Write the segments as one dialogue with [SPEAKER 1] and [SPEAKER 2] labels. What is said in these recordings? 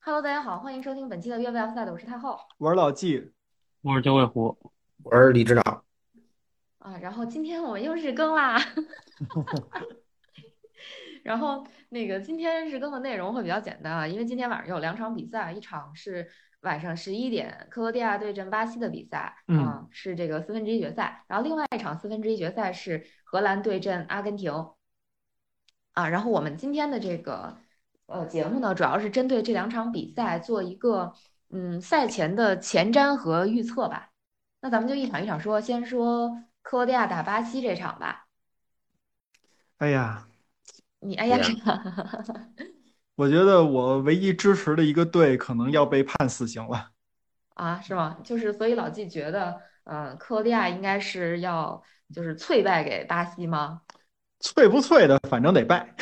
[SPEAKER 1] Hello，大家好，欢迎收听本期的越位 Outside，我是太后
[SPEAKER 2] 我是老纪，
[SPEAKER 3] 我是九尾狐，
[SPEAKER 4] 我是李指导，
[SPEAKER 1] 啊。然后今天我们又日更啦， 然后那个今天日更的内容会比较简单啊，因为今天晚上有两场比赛，一场是晚上十一点克罗地亚对阵巴西的比赛，
[SPEAKER 2] 嗯，
[SPEAKER 1] 啊，是这个四分之一决赛，然后另外一场四分之一决赛是荷兰对阵阿根廷，啊，然后我们今天的这个呃节目呢，主要是针对这两场比赛做一个嗯赛前的前瞻和预测吧。那咱们就一场一场说，先说克罗地亚打巴西这场吧。
[SPEAKER 2] 哎呀，
[SPEAKER 1] 你哎呀，
[SPEAKER 4] 哎呀，
[SPEAKER 2] 我觉得我唯一支持的一个队可能要被判死刑了。
[SPEAKER 1] 啊，是吗？就是所以老季觉得，嗯、克罗地亚应该是要就是脆败给巴西吗？
[SPEAKER 2] 脆不脆的，反正得败。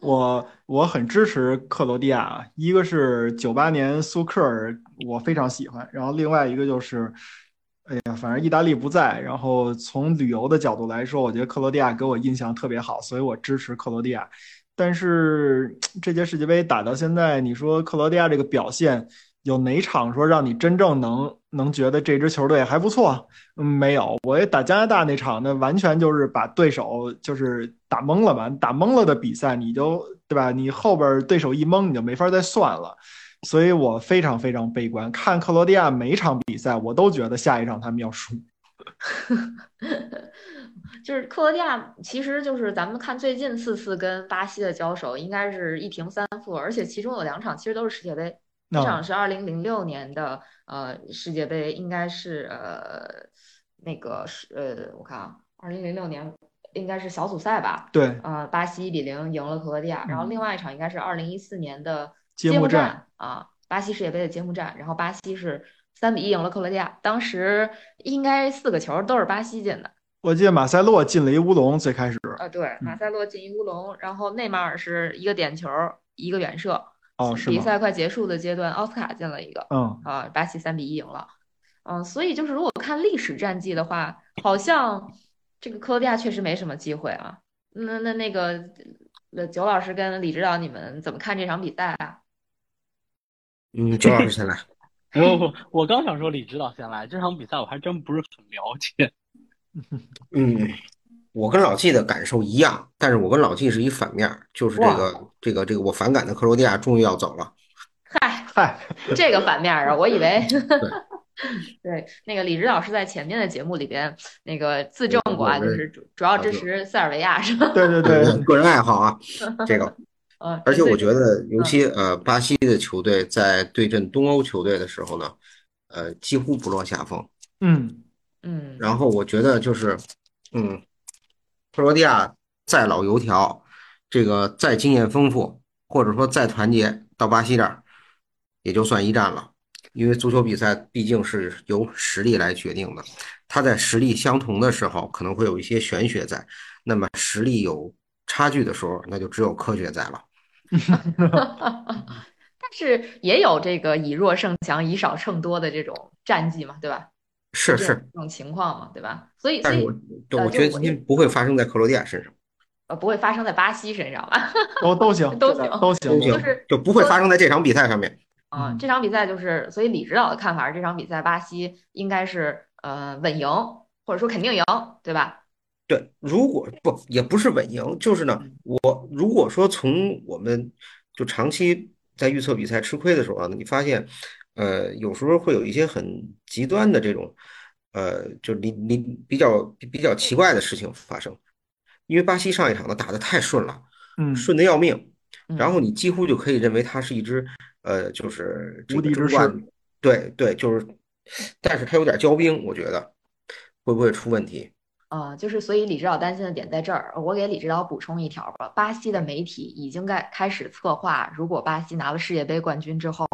[SPEAKER 2] 我我很支持克罗地亚啊，一个是九八年苏克尔，我非常喜欢，然后另外一个就是，哎呀，反正意大利不在，然后从旅游的角度来说，我觉得克罗地亚给我印象特别好，所以我支持克罗地亚。但是这届世界杯打到现在，你说克罗地亚这个表现，有哪场说让你真正能能觉得这支球队还不错？嗯，没有，我也打加拿大那场呢，完全就是把对手就是打懵了吧，打懵了的比赛，你就对吧？你后边儿对手一懵，你就没法再算了。所以我非常非常悲观，看克罗地亚每一场比赛，我都觉得下一场他们要输。
[SPEAKER 1] 就是克罗地亚，其实就是咱们看最近四次跟巴西的交手，应该是一平三负，而且其中有两场其实都是世界杯，一
[SPEAKER 2] 那、
[SPEAKER 1] 场是二零零六年的呃世界杯，应该是呃那个是呃我看啊，二零零六年应该是小组赛吧，
[SPEAKER 2] 对，
[SPEAKER 1] 呃巴西一比零赢了克罗地亚，然后
[SPEAKER 2] 嗯，
[SPEAKER 1] 另外一场应该是二零一四年的
[SPEAKER 2] 揭
[SPEAKER 1] 揭
[SPEAKER 2] 幕
[SPEAKER 1] 幕
[SPEAKER 2] 战，
[SPEAKER 1] 战啊，巴西世界杯的揭幕战，然后巴西是三比一赢了克罗地亚，当时应该四个球都是巴西进的。
[SPEAKER 2] 我记得马塞洛进了一乌龙，最开始，
[SPEAKER 1] 呃，对，马
[SPEAKER 2] 嗯，
[SPEAKER 1] 塞洛进一乌龙，然后内马尔是一个点球，一个远射。
[SPEAKER 2] 哦，是
[SPEAKER 1] 比
[SPEAKER 2] 吗？
[SPEAKER 1] 赛快结束的阶段，奥斯卡进了一个，
[SPEAKER 2] 嗯，
[SPEAKER 1] 啊、巴西三比一赢了。嗯、所以就是如果看历史战绩的话，好像这个克罗地亚确实没什么机会啊。那那那个，呃，九老师跟李指导，你们怎么看这场比赛啊？
[SPEAKER 4] 嗯，周老师先来。
[SPEAKER 3] 不不不， 我刚想说李指导先来，这场比赛我还真不是很了解。
[SPEAKER 4] 嗯，我跟老纪的感受一样，但是我跟老纪是一反面儿，就是这
[SPEAKER 1] 哇，
[SPEAKER 4] 个这个这个我反感的克罗地亚终于要走了。
[SPEAKER 1] 嗨，
[SPEAKER 2] 嗨，
[SPEAKER 1] 这个反面儿啊，我以为
[SPEAKER 4] 对，
[SPEAKER 1] 对，那个李指导是在前面的节目里边那个自证
[SPEAKER 4] 我
[SPEAKER 1] 过
[SPEAKER 4] 我
[SPEAKER 1] 啊，就
[SPEAKER 4] 这
[SPEAKER 1] 是主主要
[SPEAKER 4] 啊，
[SPEAKER 1] 支
[SPEAKER 4] 就
[SPEAKER 1] 持塞尔维亚是吧？
[SPEAKER 2] 对对
[SPEAKER 4] 对
[SPEAKER 2] 对，
[SPEAKER 4] 我个人爱好啊，这个，
[SPEAKER 1] 呃，这
[SPEAKER 4] 而且
[SPEAKER 1] 最
[SPEAKER 4] 我觉
[SPEAKER 1] 近，
[SPEAKER 4] 得，尤
[SPEAKER 1] 嗯，
[SPEAKER 4] 其呃，巴西的球队在对阵东欧球队的时候呢，呃，几乎不落下风。
[SPEAKER 2] 嗯，
[SPEAKER 1] 嗯，
[SPEAKER 4] 然后我觉得就是，嗯，克罗地亚再老油条，这个再经验丰富，或者说再团结，到巴西这儿也就算一战了。因为足球比赛毕竟是由实力来决定的，他在实力相同的时候可能会有一些玄学在，那么实力有差距的时候，那就只有科学在了。
[SPEAKER 1] 但是也有这个以弱胜强、以少胜多的这种战绩嘛，对吧？有
[SPEAKER 4] 是
[SPEAKER 1] 这种
[SPEAKER 4] 是，
[SPEAKER 1] 这种情况嘛，对吧？所以，
[SPEAKER 4] 但
[SPEAKER 1] 所
[SPEAKER 4] 是
[SPEAKER 1] 以，
[SPEAKER 4] 我对
[SPEAKER 1] 呃，
[SPEAKER 4] 我
[SPEAKER 1] 就
[SPEAKER 4] 觉得
[SPEAKER 1] 我
[SPEAKER 4] 今
[SPEAKER 1] 就
[SPEAKER 4] 天不会发生在克罗地亚身上，
[SPEAKER 1] 呃不会发生在巴西身上吧？
[SPEAKER 2] 都都行，
[SPEAKER 1] 都
[SPEAKER 2] 这
[SPEAKER 1] 行，
[SPEAKER 2] 个都行
[SPEAKER 4] 都
[SPEAKER 2] 都
[SPEAKER 4] 行，
[SPEAKER 1] 就
[SPEAKER 2] 行，
[SPEAKER 1] 是
[SPEAKER 4] 就不会
[SPEAKER 1] 说
[SPEAKER 4] 发生在这场比赛上面。
[SPEAKER 1] 啊、这
[SPEAKER 2] 嗯，
[SPEAKER 1] 场比赛就是，所以李指导的看法是，这场比赛巴西应该是呃稳赢，或者说肯定赢，对吧？
[SPEAKER 4] 对，如果不也不是稳赢，就是呢，
[SPEAKER 2] 嗯
[SPEAKER 4] 我如果说从我们就长期在预测比赛吃亏的时候啊，你发现，呃，有时候会有一些很极端的这种，呃，就你你比较比较奇怪的事情发生，因为巴西上一场呢打得太顺了，
[SPEAKER 2] 嗯，
[SPEAKER 4] 顺得要命，然
[SPEAKER 1] 嗯
[SPEAKER 4] 后你几乎就可以认为它是一支，呃，就是
[SPEAKER 2] 无
[SPEAKER 4] 这个
[SPEAKER 2] 敌之
[SPEAKER 4] 争冠，
[SPEAKER 2] 师，
[SPEAKER 4] 对对，就是，但是它有点骄兵，我觉得会不会出问题？
[SPEAKER 1] 啊、呃就是所以李指导担心的点在这儿。我给李指导补充一条吧，巴西的媒体已经在开始策划，如果巴西拿了世界杯冠军之后，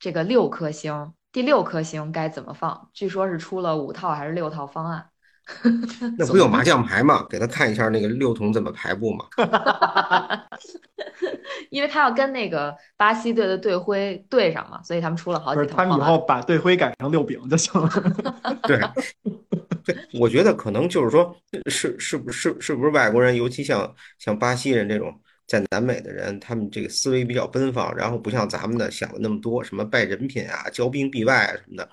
[SPEAKER 1] 这个六颗星，第六颗星该怎么放？据说是出了五套还是六套方案。
[SPEAKER 4] 那
[SPEAKER 2] 怎
[SPEAKER 4] 不有
[SPEAKER 2] 么
[SPEAKER 4] 麻将牌吗？给他看一下那个六筒怎么排布 嘛。
[SPEAKER 1] 因为他要跟那个巴西队的队徽对上嘛，所以他们出了好
[SPEAKER 2] 不
[SPEAKER 1] 几
[SPEAKER 2] 是
[SPEAKER 1] 套
[SPEAKER 2] 他们
[SPEAKER 1] 方
[SPEAKER 2] 以
[SPEAKER 1] 案。
[SPEAKER 2] 后把队徽改成六饼就行了。
[SPEAKER 4] 对对，我觉得可能就是说，是是不是是不是外国人，尤其像像巴西人这种。在南美的人，他们这个思维比较奔放，然后不像咱们的想的那么多，什么拜人品啊、骄兵必败啊什么的，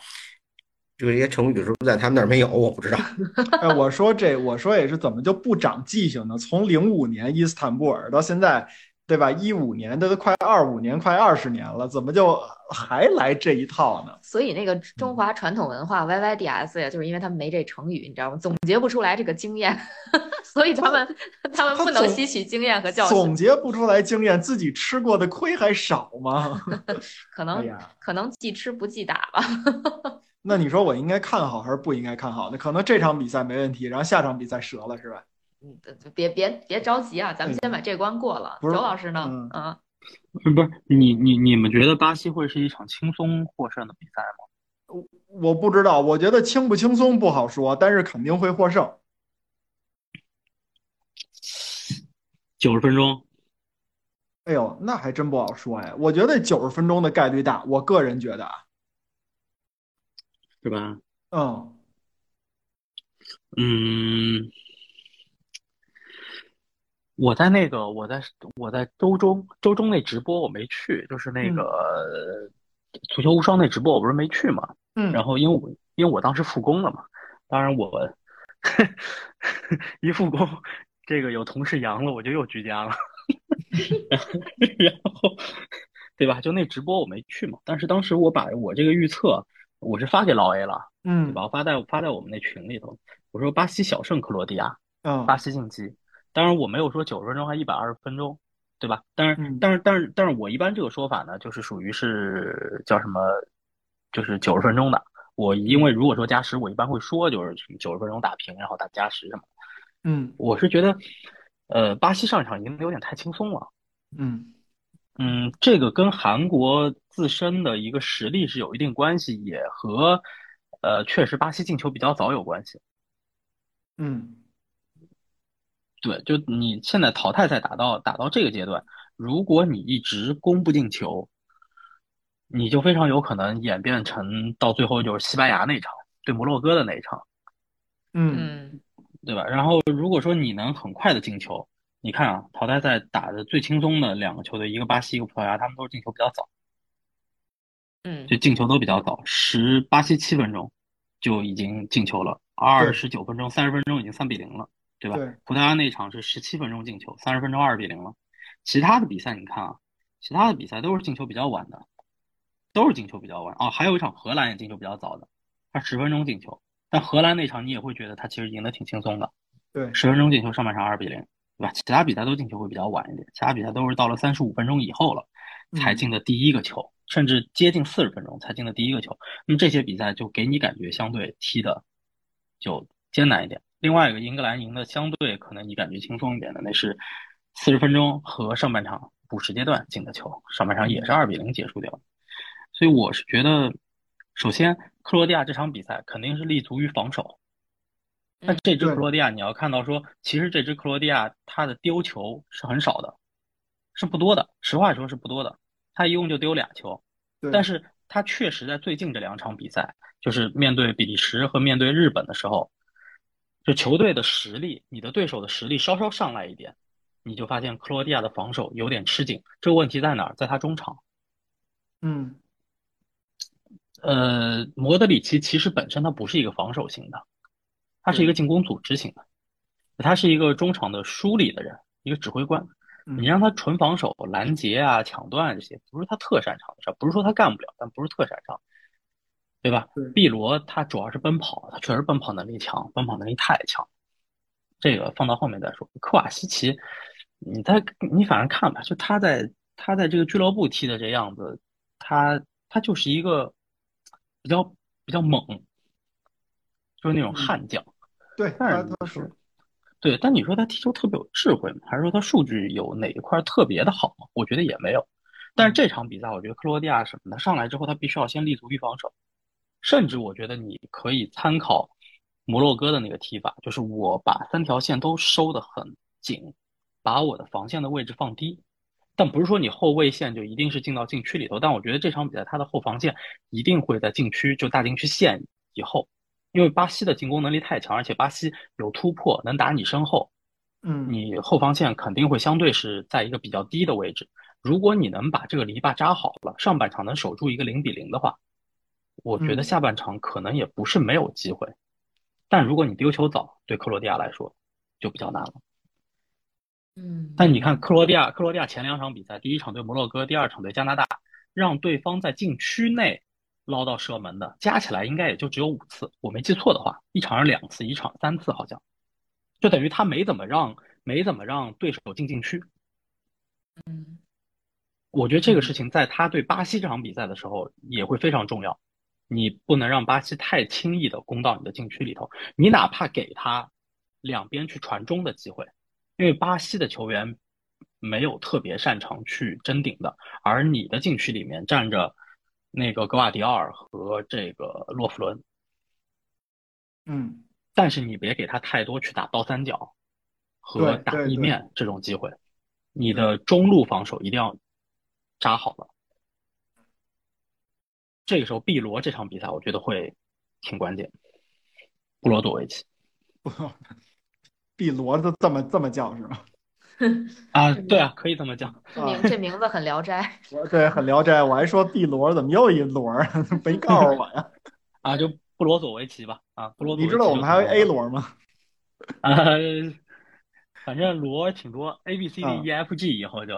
[SPEAKER 4] 这些成语是不是在他们那儿没有？我不知道。
[SPEAKER 2] 哎，我说这，我说也是，怎么就不长记性呢？从零五年伊斯坦布尔到现在，对吧？一五年都快二五年，快二十年了，怎么就还来这一套呢？
[SPEAKER 1] 所以那个中
[SPEAKER 2] 嗯
[SPEAKER 1] 华传统文化 YYDS 呀，就是因为他们没这成语，你知道吗？总结不出来这个经验， 所以他们他们不能吸取经验和教训，
[SPEAKER 2] 总结不出来经验，自己吃过的亏还少吗？
[SPEAKER 1] 可
[SPEAKER 2] 哎
[SPEAKER 1] 能
[SPEAKER 2] 呀，
[SPEAKER 1] 可能记吃不记打吧。
[SPEAKER 2] 那你说我应该看好还是不应该看好呢？可能这场比赛没问题，然后下场比赛折了是吧？
[SPEAKER 1] 嗯别别别着急啊，咱们先把这关过了。
[SPEAKER 2] 不
[SPEAKER 1] 周
[SPEAKER 2] 是
[SPEAKER 1] 老师呢
[SPEAKER 2] 嗯？
[SPEAKER 1] 嗯，
[SPEAKER 3] 不是你你你们觉得巴西会是一场轻松获胜的比赛吗？
[SPEAKER 2] 我不知道，我觉得轻不轻松不好说，但是肯定会获胜。
[SPEAKER 3] 九十分钟，
[SPEAKER 2] 哎呦，那还真不好说哎，我觉得九十分钟的概率大，我个人觉得啊，
[SPEAKER 3] 是吧？
[SPEAKER 2] 嗯。
[SPEAKER 3] 嗯，我在那个我在我在周中周中那直播我没去，就是那个呃足球无双那直播我不是没去嘛，
[SPEAKER 2] 嗯，
[SPEAKER 3] 然后因为我因为我当时复工了嘛，当然我 一复工，这个有同事阳了，我就又居家了， 然后然后对吧？就那直播我没去嘛，但是当时我把我这个预测我是发给老 A 了。
[SPEAKER 2] 嗯
[SPEAKER 3] 把我发在发在我们那群里头。我说巴西小胜克罗地亚，
[SPEAKER 2] 嗯
[SPEAKER 3] 巴西晋级。当然我没有说九十分钟还一百二十分钟，对吧？但是
[SPEAKER 2] 嗯
[SPEAKER 3] 但是但是但是我一般这个说法呢，就是属于是叫什么，就是九十分钟的。我因为如果说加时，我一般会说就是九十分钟打平，然后打加时什么的。
[SPEAKER 2] 嗯
[SPEAKER 3] 我是觉得，呃，巴西上一场赢得有点太轻松了。
[SPEAKER 2] 嗯
[SPEAKER 3] 嗯，这个跟韩国自身的一个实力是有一定关系，也和，呃，确实巴西进球比较早有关系。
[SPEAKER 2] 嗯
[SPEAKER 3] 对，就你现在淘汰赛打到打到这个阶段，如果你一直攻不进球，你就非常有可能演变成到最后就是西班牙那场对摩洛哥的那一场，
[SPEAKER 2] 嗯
[SPEAKER 1] 嗯，
[SPEAKER 3] 对吧？然后如果说你能很快的进球，你看啊，淘汰赛打的最轻松的两个球队，一个巴西，一个葡萄牙，他们都是进球比较早，
[SPEAKER 1] 嗯
[SPEAKER 3] 就进球都比较早，十巴西七分钟就已经进球了，二十九分钟、三十分钟已经三比零了，对吧？
[SPEAKER 2] 对
[SPEAKER 3] 葡萄牙那场是十七分钟进球，三十分钟二比零了。其他的比赛你看啊，其他的比赛都是进球比较晚的，都是进球比较晚哦。还有一场荷兰也进球比较早的，他十分钟进球，但荷兰那场你也会觉得他其实赢得挺轻松的，
[SPEAKER 2] 对
[SPEAKER 3] 十分钟进球上半场二比零，对吧？其他比赛都进球会比较晚一点，其他比赛都是到了三十五分钟以后了才进的第一个球，甚至接近四十分钟才进的第一个球。那么这些比赛就给你感觉相对踢的就艰难一点。另外一个，英格兰赢的相对可能你感觉轻松一点的，那是四十分钟和上半场补时阶段进的球，上半场也是二比零结束掉的。所以我是觉得，首先克罗地亚这场比赛肯定是立足于防守。那
[SPEAKER 1] 嗯
[SPEAKER 3] 这支
[SPEAKER 2] 对
[SPEAKER 3] 克罗地亚，你要看到说，其实这支克罗地亚它的丢球是很少的，是不多的。实话说，是不多的。他一共就丢俩球，
[SPEAKER 2] 对，
[SPEAKER 3] 但是他确实在最近这两场比赛，就是面对比利时和面对日本的时候，就球队的实力，你的对手的实力稍稍上来一点，你就发现克罗地亚的防守有点吃紧。这个问题在哪儿？在他中场。
[SPEAKER 2] 嗯
[SPEAKER 3] 呃，莫德里奇其实本身他不是一个防守型的，他是一个进攻组织型的，他是一个中场的梳理的人，一个指挥官。
[SPEAKER 2] 嗯
[SPEAKER 3] 你让他纯防守、拦截啊、抢断啊这些，不是他特擅长的事儿，不是说他干不了，但不是特擅长，对吧
[SPEAKER 2] 对？
[SPEAKER 3] 碧罗他主要是奔跑，他确实奔跑能力强，奔跑能力太强。这个放到后面再说。科瓦西奇，你在你反正看吧，就他在他在这个俱乐部踢的这样子，他他就是一个比较比较猛，就
[SPEAKER 2] 嗯
[SPEAKER 3] 是那种悍将。
[SPEAKER 2] 对，
[SPEAKER 3] 但
[SPEAKER 2] 他
[SPEAKER 3] 是
[SPEAKER 2] 他
[SPEAKER 3] 你
[SPEAKER 2] 说
[SPEAKER 3] 说，对，但你说他踢球特别有智慧吗？还是说他数据有哪一块儿特别的好吗？我觉得也没有。但是这场比赛，我觉得克罗地亚什么的上来之后，他必须要先立足于防守，甚至我觉得你可以参考摩洛哥的那个踢法，就是我把三条线都收得很紧，把我的防线的位置放低。但不是说你后卫线就一定是进到禁区里头，但我觉得这场比赛他的后防线一定会在禁区，就大禁区线以后，因为巴西的进攻能力太强，而且巴西有突破，能打你身后，
[SPEAKER 2] 嗯，
[SPEAKER 3] 你后防线肯定会相对是在一个比较低的位置。如果你能把这个篱笆扎好了，上半场能守住一个零比零的话，我觉
[SPEAKER 2] 嗯
[SPEAKER 3] 得下半场可能也不是没有机会。但如果你丢球早，对克罗地亚来说就比较难了。
[SPEAKER 1] 嗯，
[SPEAKER 3] 但你看克罗地亚，克罗地亚前两场比赛，第一场对摩洛哥，第二场对加拿大，让对方在禁区内捞到射门的，加起来应该也就只有五次，我没记错的话，一场是两次，一场是三次，好像，就等于他没怎么让没怎么让对手进禁区。
[SPEAKER 1] 嗯
[SPEAKER 3] 我觉得这个事情在他对巴西这场比赛的时候也会非常重要，你不能让巴西太轻易的攻到你的禁区里头，你哪怕给他两边去传中的机会，因为巴西的球员没有特别擅长去争顶的，而你的禁区里面站着那个格瓦迪奥尔和这个洛夫伦，
[SPEAKER 2] 嗯，
[SPEAKER 3] 但是你别给他太多去打倒三角和
[SPEAKER 2] 对
[SPEAKER 3] 打
[SPEAKER 2] 对嗯
[SPEAKER 3] 地
[SPEAKER 2] 对
[SPEAKER 3] 面这种机会，你的中路防守一定要扎好了。这个时候，碧罗这场比赛我觉得会挺关键，布罗佐维奇
[SPEAKER 2] 碧罗的这么这么叫是吗？
[SPEAKER 3] 啊，
[SPEAKER 2] 嗯
[SPEAKER 1] 是的
[SPEAKER 3] 对啊，可以这么讲。
[SPEAKER 1] 这名这名字很《聊斋》
[SPEAKER 2] 我对，很聊斋，我还说碧罗怎么又一罗儿， 没告诉我 呀？
[SPEAKER 3] 啊，就布罗佐维奇吧，啊，布罗
[SPEAKER 2] 你
[SPEAKER 3] 佐维
[SPEAKER 2] 知道
[SPEAKER 3] 奇
[SPEAKER 2] 我们
[SPEAKER 3] 就
[SPEAKER 2] 还有
[SPEAKER 3] 挺
[SPEAKER 2] A
[SPEAKER 3] 多
[SPEAKER 2] 罗吗？
[SPEAKER 3] 的啊，反正罗挺多，A B C D
[SPEAKER 2] 嗯
[SPEAKER 3] E F G 以后就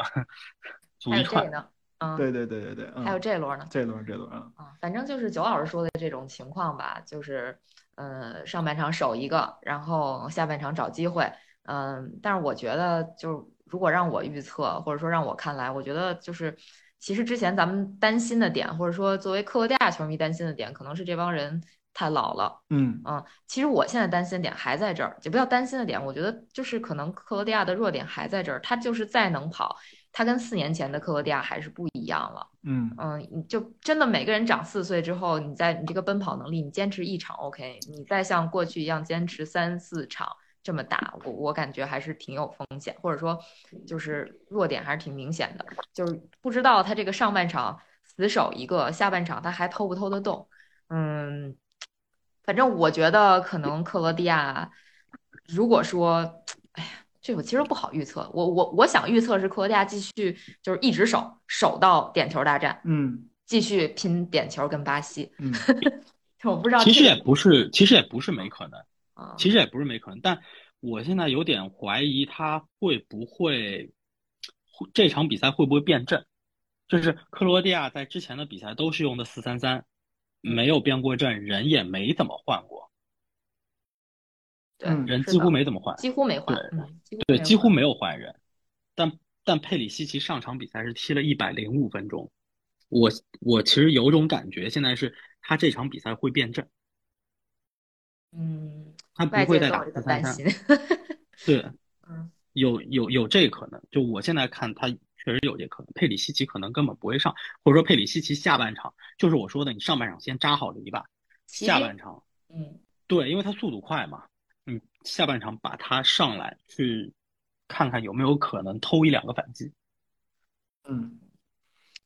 [SPEAKER 3] 组
[SPEAKER 1] 还
[SPEAKER 3] 一
[SPEAKER 1] 有这
[SPEAKER 3] 串，
[SPEAKER 1] 呢，
[SPEAKER 3] 啊
[SPEAKER 1] 嗯，
[SPEAKER 2] 对对对对对，嗯，
[SPEAKER 1] 还有这轮呢，
[SPEAKER 2] 这轮这轮啊，
[SPEAKER 1] 啊，反正就是九老师说的这种情况吧，就是，呃，上半场守一个，然后下半场找机会，嗯，但是我觉得，就是如果让我预测，或者说让我看来，我觉得就是，其实之前咱们担心的点，或者说作为克罗地亚球迷担心的点，可能是这帮人太老了。
[SPEAKER 2] 嗯
[SPEAKER 1] 嗯，其实我现在担心的点还在这儿，也不叫担心的点，我觉得就是可能克罗地亚的弱点还在这儿，他就是再能跑，他跟四年前的克罗地亚还是不一样了。
[SPEAKER 2] 嗯
[SPEAKER 1] 嗯，你就真的每个人长四岁之后，你在你这个奔跑能力，你坚持一场 OK，你再像过去一样坚持三四场这么打，我我感觉还是挺有风险，或者说就是弱点还是挺明显的，就是不知道他这个上半场死守一个，下半场他还偷不偷得动。嗯，反正我觉得可能克罗地亚，如果说，哎呀，这我其实不好预测。我我我想预测是克罗地亚继续就是一直守守到点球大战，
[SPEAKER 2] 嗯
[SPEAKER 1] 继续拼点球跟巴西。
[SPEAKER 2] 嗯，
[SPEAKER 1] 我不知道
[SPEAKER 3] 其实
[SPEAKER 1] 这
[SPEAKER 3] 也不是，其实也不是没可能。
[SPEAKER 1] 啊，
[SPEAKER 3] 其实也不是没可能，但我现在有点怀疑他会不会会这场比赛会不会变阵，就是克罗地亚在之前的比赛都是用的四三三，
[SPEAKER 1] 嗯
[SPEAKER 3] 没有变过阵，人也没怎么换过，
[SPEAKER 1] 对，
[SPEAKER 2] 嗯
[SPEAKER 3] 人
[SPEAKER 1] 是
[SPEAKER 3] 几
[SPEAKER 1] 的
[SPEAKER 3] 乎没怎么换，
[SPEAKER 1] 几乎没换，
[SPEAKER 3] 对
[SPEAKER 1] 嗯，几乎
[SPEAKER 3] 对，几乎
[SPEAKER 1] 换
[SPEAKER 3] 没有换人。但但佩里西奇上场比赛是踢了一百零五分钟，我我其实有种感觉，现在是他这场比赛会变阵，
[SPEAKER 1] 嗯，
[SPEAKER 3] 他不
[SPEAKER 1] 外
[SPEAKER 3] 会
[SPEAKER 1] 界
[SPEAKER 3] 再
[SPEAKER 1] 都
[SPEAKER 3] 打
[SPEAKER 1] 有这
[SPEAKER 3] 四
[SPEAKER 1] 个
[SPEAKER 3] 三
[SPEAKER 1] 担
[SPEAKER 3] 三。
[SPEAKER 1] 心。
[SPEAKER 3] 对
[SPEAKER 1] 嗯，
[SPEAKER 3] 有有有这可能。就我现在看，他确实有这可能。佩里西奇可能根本不会上，或者说佩里西奇下半场就是我说的，你上半场先扎好篱笆，
[SPEAKER 1] 骑
[SPEAKER 3] 下
[SPEAKER 1] 兵
[SPEAKER 3] 半场
[SPEAKER 1] 嗯
[SPEAKER 3] 对，因为他速度快嘛，你下半场把他上来去看看有没有可能偷一两个反击。
[SPEAKER 2] 嗯，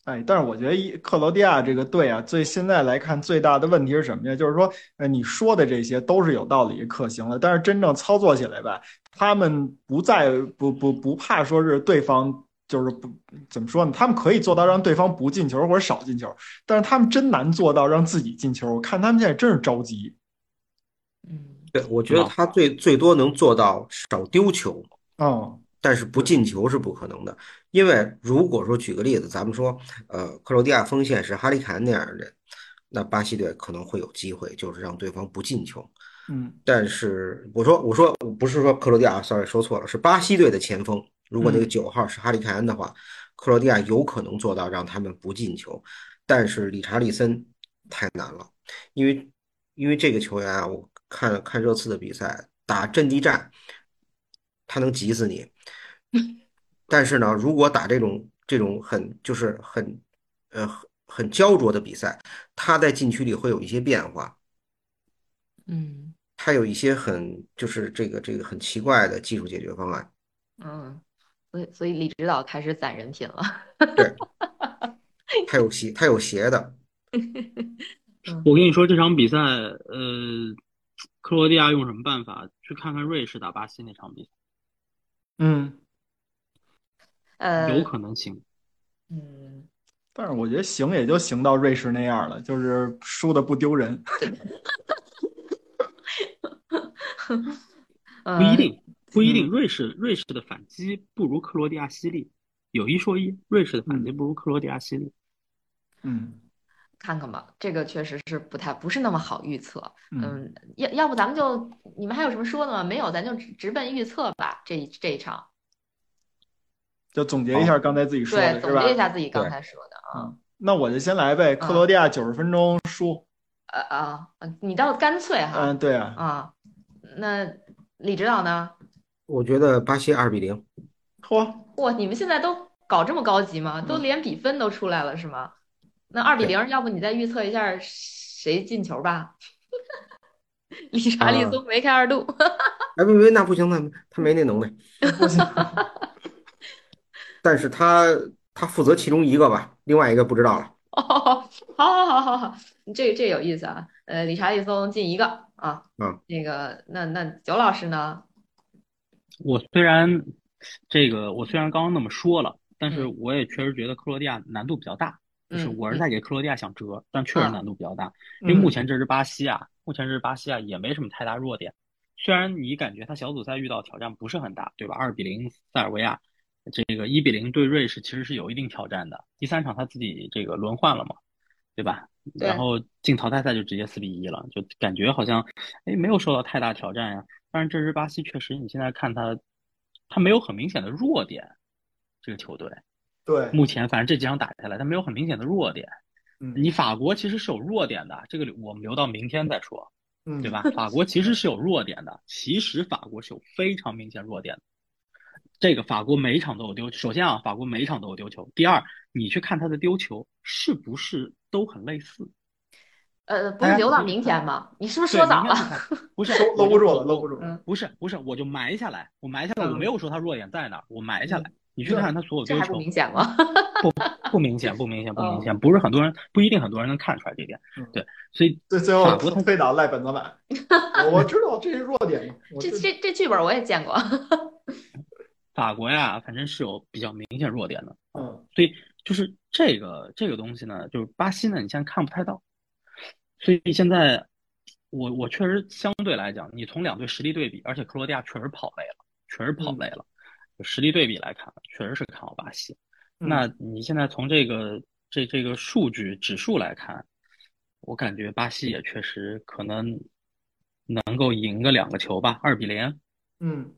[SPEAKER 2] 哎，但是我觉得一克罗地亚这个队啊，最现在来看最大的问题是什么呀？就是说，呃，你说的这些都是有道理、可行的，但是真正操作起来吧，他们不在不不不怕说是对方就是不怎么说呢？他们可以做到让对方不进球或者少进球，但是他们真难做到让自己进球。我看他们现在真是着急
[SPEAKER 1] 嗯，
[SPEAKER 4] 对，我觉得他最最多能做到少丢球，
[SPEAKER 2] 哦，
[SPEAKER 4] 但是不进球是不可能的。因为如果说举个例子，咱们说，呃，克罗地亚锋线是哈里凯恩那样的人，那巴西队可能会有机会，就是让对方不进球。
[SPEAKER 2] 嗯
[SPEAKER 4] 但是我说我说我不是说克罗地亚，sorry 说错了，是巴西队的前锋。如果那个
[SPEAKER 2] 嗯
[SPEAKER 4] 九号是哈里凯恩的话，克罗地亚有可能做到让他们不进球，但是理查利森太难了，因为因为这个球员啊，我看看热刺的比赛打阵地战，他能急死你。但是呢，如果打这种这种很就是很呃很很焦灼的比赛，他在禁区里会有一些变化。
[SPEAKER 1] 嗯
[SPEAKER 4] 他有一些很就是这个这个很奇怪的技术解决方案。
[SPEAKER 1] 嗯，所以所以李指导开始攒人品了。
[SPEAKER 4] 对，他有斜，他有斜的。
[SPEAKER 1] 嗯
[SPEAKER 3] 我跟你说，这场比赛，呃，克罗地亚用什么办法去看看瑞士打巴西那场比赛？
[SPEAKER 2] 嗯，
[SPEAKER 1] 呃，
[SPEAKER 3] 有可能行。
[SPEAKER 1] 嗯，
[SPEAKER 2] 但是我觉得行也就行到瑞士那样了，就是输的不丢人。
[SPEAKER 1] 呃
[SPEAKER 3] 不一定，嗯不一定。瑞士瑞士的反击不如克罗地亚犀利，有一说一，瑞士的反击不如克罗地亚犀利。
[SPEAKER 2] 嗯
[SPEAKER 1] 看看吧，这个确实是不太不是那么好预测。
[SPEAKER 2] 嗯，
[SPEAKER 1] 嗯，要要不咱们就你们还有什么说的吗？没有，咱就直直奔预测吧。这一这一场，
[SPEAKER 2] 就总结一下刚才自己说
[SPEAKER 1] 对，
[SPEAKER 2] 的
[SPEAKER 1] 总
[SPEAKER 2] 是吧？
[SPEAKER 1] 结一下嗯自己刚
[SPEAKER 4] 对
[SPEAKER 1] 才说的啊。
[SPEAKER 2] 那我就先来呗，克罗地亚九十分钟输。
[SPEAKER 1] 呃啊，呃你倒干脆哈
[SPEAKER 3] 呃
[SPEAKER 2] 嗯，对啊，
[SPEAKER 1] 啊。那李指导呢？
[SPEAKER 4] 我觉得巴西二比零，
[SPEAKER 2] 嚯，
[SPEAKER 1] 哇，你们现在都搞这么高级吗？
[SPEAKER 3] 嗯
[SPEAKER 1] 都连比分都出来了是吗？那二比零，要不你再预测一下谁进球吧？ 理查
[SPEAKER 3] 嗯
[SPEAKER 1] 利松梅开二度。
[SPEAKER 4] 哎，不不，那不行，他他没那能耐，
[SPEAKER 2] 不行，
[SPEAKER 4] 但是他他负责其中一个吧，另外一个不知道了。
[SPEAKER 1] 哦，好好好好好，这这有意思啊。呃，理查利松进一个啊，
[SPEAKER 4] 嗯，
[SPEAKER 1] 那个那那九老师呢？
[SPEAKER 3] 我虽然这个，我虽然刚刚那么说了，但是
[SPEAKER 1] 嗯
[SPEAKER 3] 我也确实觉得克罗地亚难度比较大，就是
[SPEAKER 1] 嗯
[SPEAKER 3] 我是在给克罗地亚想辙，但确实难度比较大，因
[SPEAKER 2] 嗯
[SPEAKER 3] 为目前这支巴西啊，目前这支巴西啊也没什么太大弱点，虽然你感觉他小组赛遇到挑战不是很大，对吧？二比零塞尔维亚，这个一比零对瑞士其实是有一定挑战的。第三场他自己这个轮换了嘛，对吧？
[SPEAKER 1] 对
[SPEAKER 3] 然后进淘汰赛就直接四比一了，就感觉好像哎没有受到太大挑战呀、但是这支巴西确实，你现在看他，他没有很明显的弱点。这个球队
[SPEAKER 2] 对，
[SPEAKER 3] 目前反正这几场打下来，他没有很明显的弱点。
[SPEAKER 2] 嗯
[SPEAKER 3] 你法国其实是有弱点的，这个我们留到明天再说。
[SPEAKER 2] 嗯，，
[SPEAKER 3] 对？吧？法国其实是有弱点的，其实法国是有非常明显弱点的。这个法国每一场都有丢，首先啊，法国每一场都有丢球。第二，你去看他的丢球是不是都很类似？
[SPEAKER 1] 呃，不
[SPEAKER 3] 哎
[SPEAKER 1] 是
[SPEAKER 3] 呀
[SPEAKER 1] 留到
[SPEAKER 3] 你
[SPEAKER 1] 明天吗？你是不是
[SPEAKER 3] 对
[SPEAKER 1] 说早了？？
[SPEAKER 3] 明天再看不是
[SPEAKER 2] 搂
[SPEAKER 3] 我
[SPEAKER 2] 不
[SPEAKER 3] 就
[SPEAKER 2] 住了，搂不住了。
[SPEAKER 1] 嗯
[SPEAKER 3] 不是不是，我就埋下来，我埋下来，
[SPEAKER 1] 嗯
[SPEAKER 3] 我没有说他弱点在哪儿，我埋下来。你去看看他所有
[SPEAKER 1] 这
[SPEAKER 3] 丢
[SPEAKER 1] 还不
[SPEAKER 3] 球，
[SPEAKER 1] 明显嗯吗？
[SPEAKER 3] 不明显，不明显，不明显，不是很多人，不一定很多人能看出来这点
[SPEAKER 2] 嗯。
[SPEAKER 3] 对，所以
[SPEAKER 2] 最最后
[SPEAKER 3] 法国他
[SPEAKER 2] 推倒赖本 泽马，我我知道这是弱点嘛，我
[SPEAKER 1] 这
[SPEAKER 2] 知
[SPEAKER 1] 这这剧本我也见过。
[SPEAKER 3] 法国呀，反正是有比较明显弱点的。
[SPEAKER 2] 嗯
[SPEAKER 3] 所以就是这个这个东西呢，就是巴西呢，你现在看不太到，所以现在我我确实相对来讲，你从两队实力对比，而且克罗地亚确实跑累了，确实跑累了，就实力对比来看，确实是看好巴西。
[SPEAKER 2] 嗯
[SPEAKER 3] 那你现在从这个这这个数据指数来看，我感觉巴西也确实可能能够赢个两个球吧，二比零。
[SPEAKER 2] 嗯，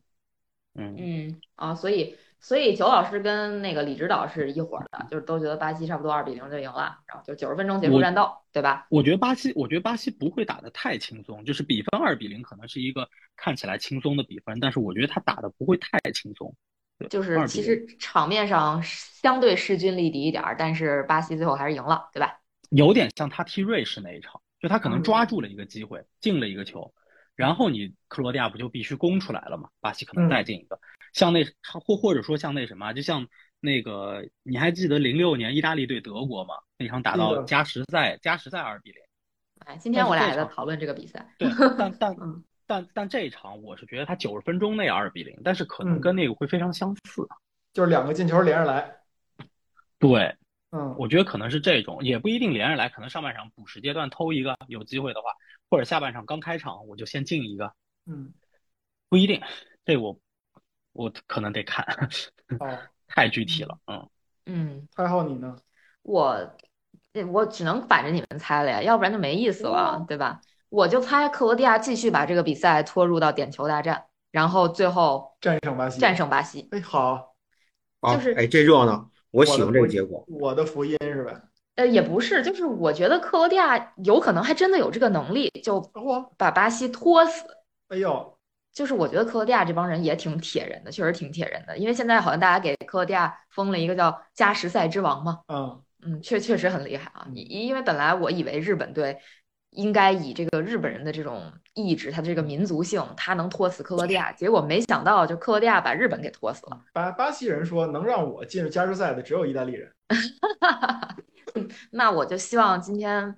[SPEAKER 3] 嗯，
[SPEAKER 1] 嗯啊，所以所以九老师跟那个李指导是一伙儿的，就是都觉得巴西差不多二比零就赢了，然后就九十分钟结束
[SPEAKER 3] 我
[SPEAKER 1] 战斗，对吧？
[SPEAKER 3] 我觉得巴西，我觉得巴西不会打得太轻松，就是比分二比零可能是一个看起来轻松的比分，但是我觉得他打的不会太轻松。对
[SPEAKER 1] 就是
[SPEAKER 3] 2
[SPEAKER 1] 其
[SPEAKER 3] 比0
[SPEAKER 1] 实场面上相对势均力敌一点儿，但是巴西最后还是赢了，对吧？
[SPEAKER 3] 有点像他踢瑞士那一场，就他可能
[SPEAKER 2] 嗯
[SPEAKER 3] 抓住了一个机会，进了一个球，然后你克罗地亚不就必须攻出来了嘛？巴西可能再
[SPEAKER 2] 嗯
[SPEAKER 3] 进一个，像那或或者说像那什么，就像那个你还记得零六年意大利对德国吗？那场打
[SPEAKER 2] 记
[SPEAKER 3] 到
[SPEAKER 2] 得
[SPEAKER 3] 加时赛，加时赛二比零。
[SPEAKER 1] 哎，今天我俩
[SPEAKER 3] 但是
[SPEAKER 1] 还在
[SPEAKER 3] 这场
[SPEAKER 1] 讨论这个比赛，
[SPEAKER 3] 对，但但
[SPEAKER 1] 嗯
[SPEAKER 3] 但但这一场我是觉得他九十分钟内二比零，但是可
[SPEAKER 2] 嗯
[SPEAKER 3] 能跟那个会非常相似。
[SPEAKER 2] 就是两个进球连着来，
[SPEAKER 3] 对，
[SPEAKER 2] 嗯，
[SPEAKER 3] 我觉得可能是这种，也不一定连着来，可能上半场补时阶段偷一个有机会的话，或者下半场刚开场我就先进一个，
[SPEAKER 2] 嗯，
[SPEAKER 3] 不一定。这我我可能得看，
[SPEAKER 2] 好，
[SPEAKER 3] 太具体了。嗯，
[SPEAKER 1] 嗯。
[SPEAKER 2] 太后你呢？
[SPEAKER 1] 我这我只能反着你们猜了呀，要不然就没意思了，对吧？我就猜克罗地亚继续把这个比赛拖入到点球大战，然后最后
[SPEAKER 2] 战胜巴西，
[SPEAKER 1] 战胜巴西。
[SPEAKER 2] 哎，好，
[SPEAKER 4] 啊
[SPEAKER 1] 就是，
[SPEAKER 4] 哎，这热闹，我喜
[SPEAKER 2] 的
[SPEAKER 4] 欢这
[SPEAKER 2] 福
[SPEAKER 4] 个
[SPEAKER 2] 音
[SPEAKER 4] 结果。
[SPEAKER 2] 我的福音是吧？
[SPEAKER 1] 呃，也不是，就是我觉得克罗地亚有可能还真的有这个能力，就
[SPEAKER 2] 嚯，
[SPEAKER 1] 把巴西拖死。
[SPEAKER 2] 哎呦，
[SPEAKER 1] 就是我觉得克罗地亚这帮人也挺铁人的，确实挺铁人的。因为现在好像大家给克罗地亚封了一个叫加时赛之王嘛，
[SPEAKER 2] 嗯
[SPEAKER 1] 嗯，确确实很厉害啊！因因为本来我以为日本队应该以这个日本人的这种意志，他的这个民族性，他能拖死克罗地亚，结果没想到就克罗地亚把日本给拖死了。
[SPEAKER 2] 巴巴西人说能让我进入加时赛的只有意大利人，
[SPEAKER 1] 那我就希望今天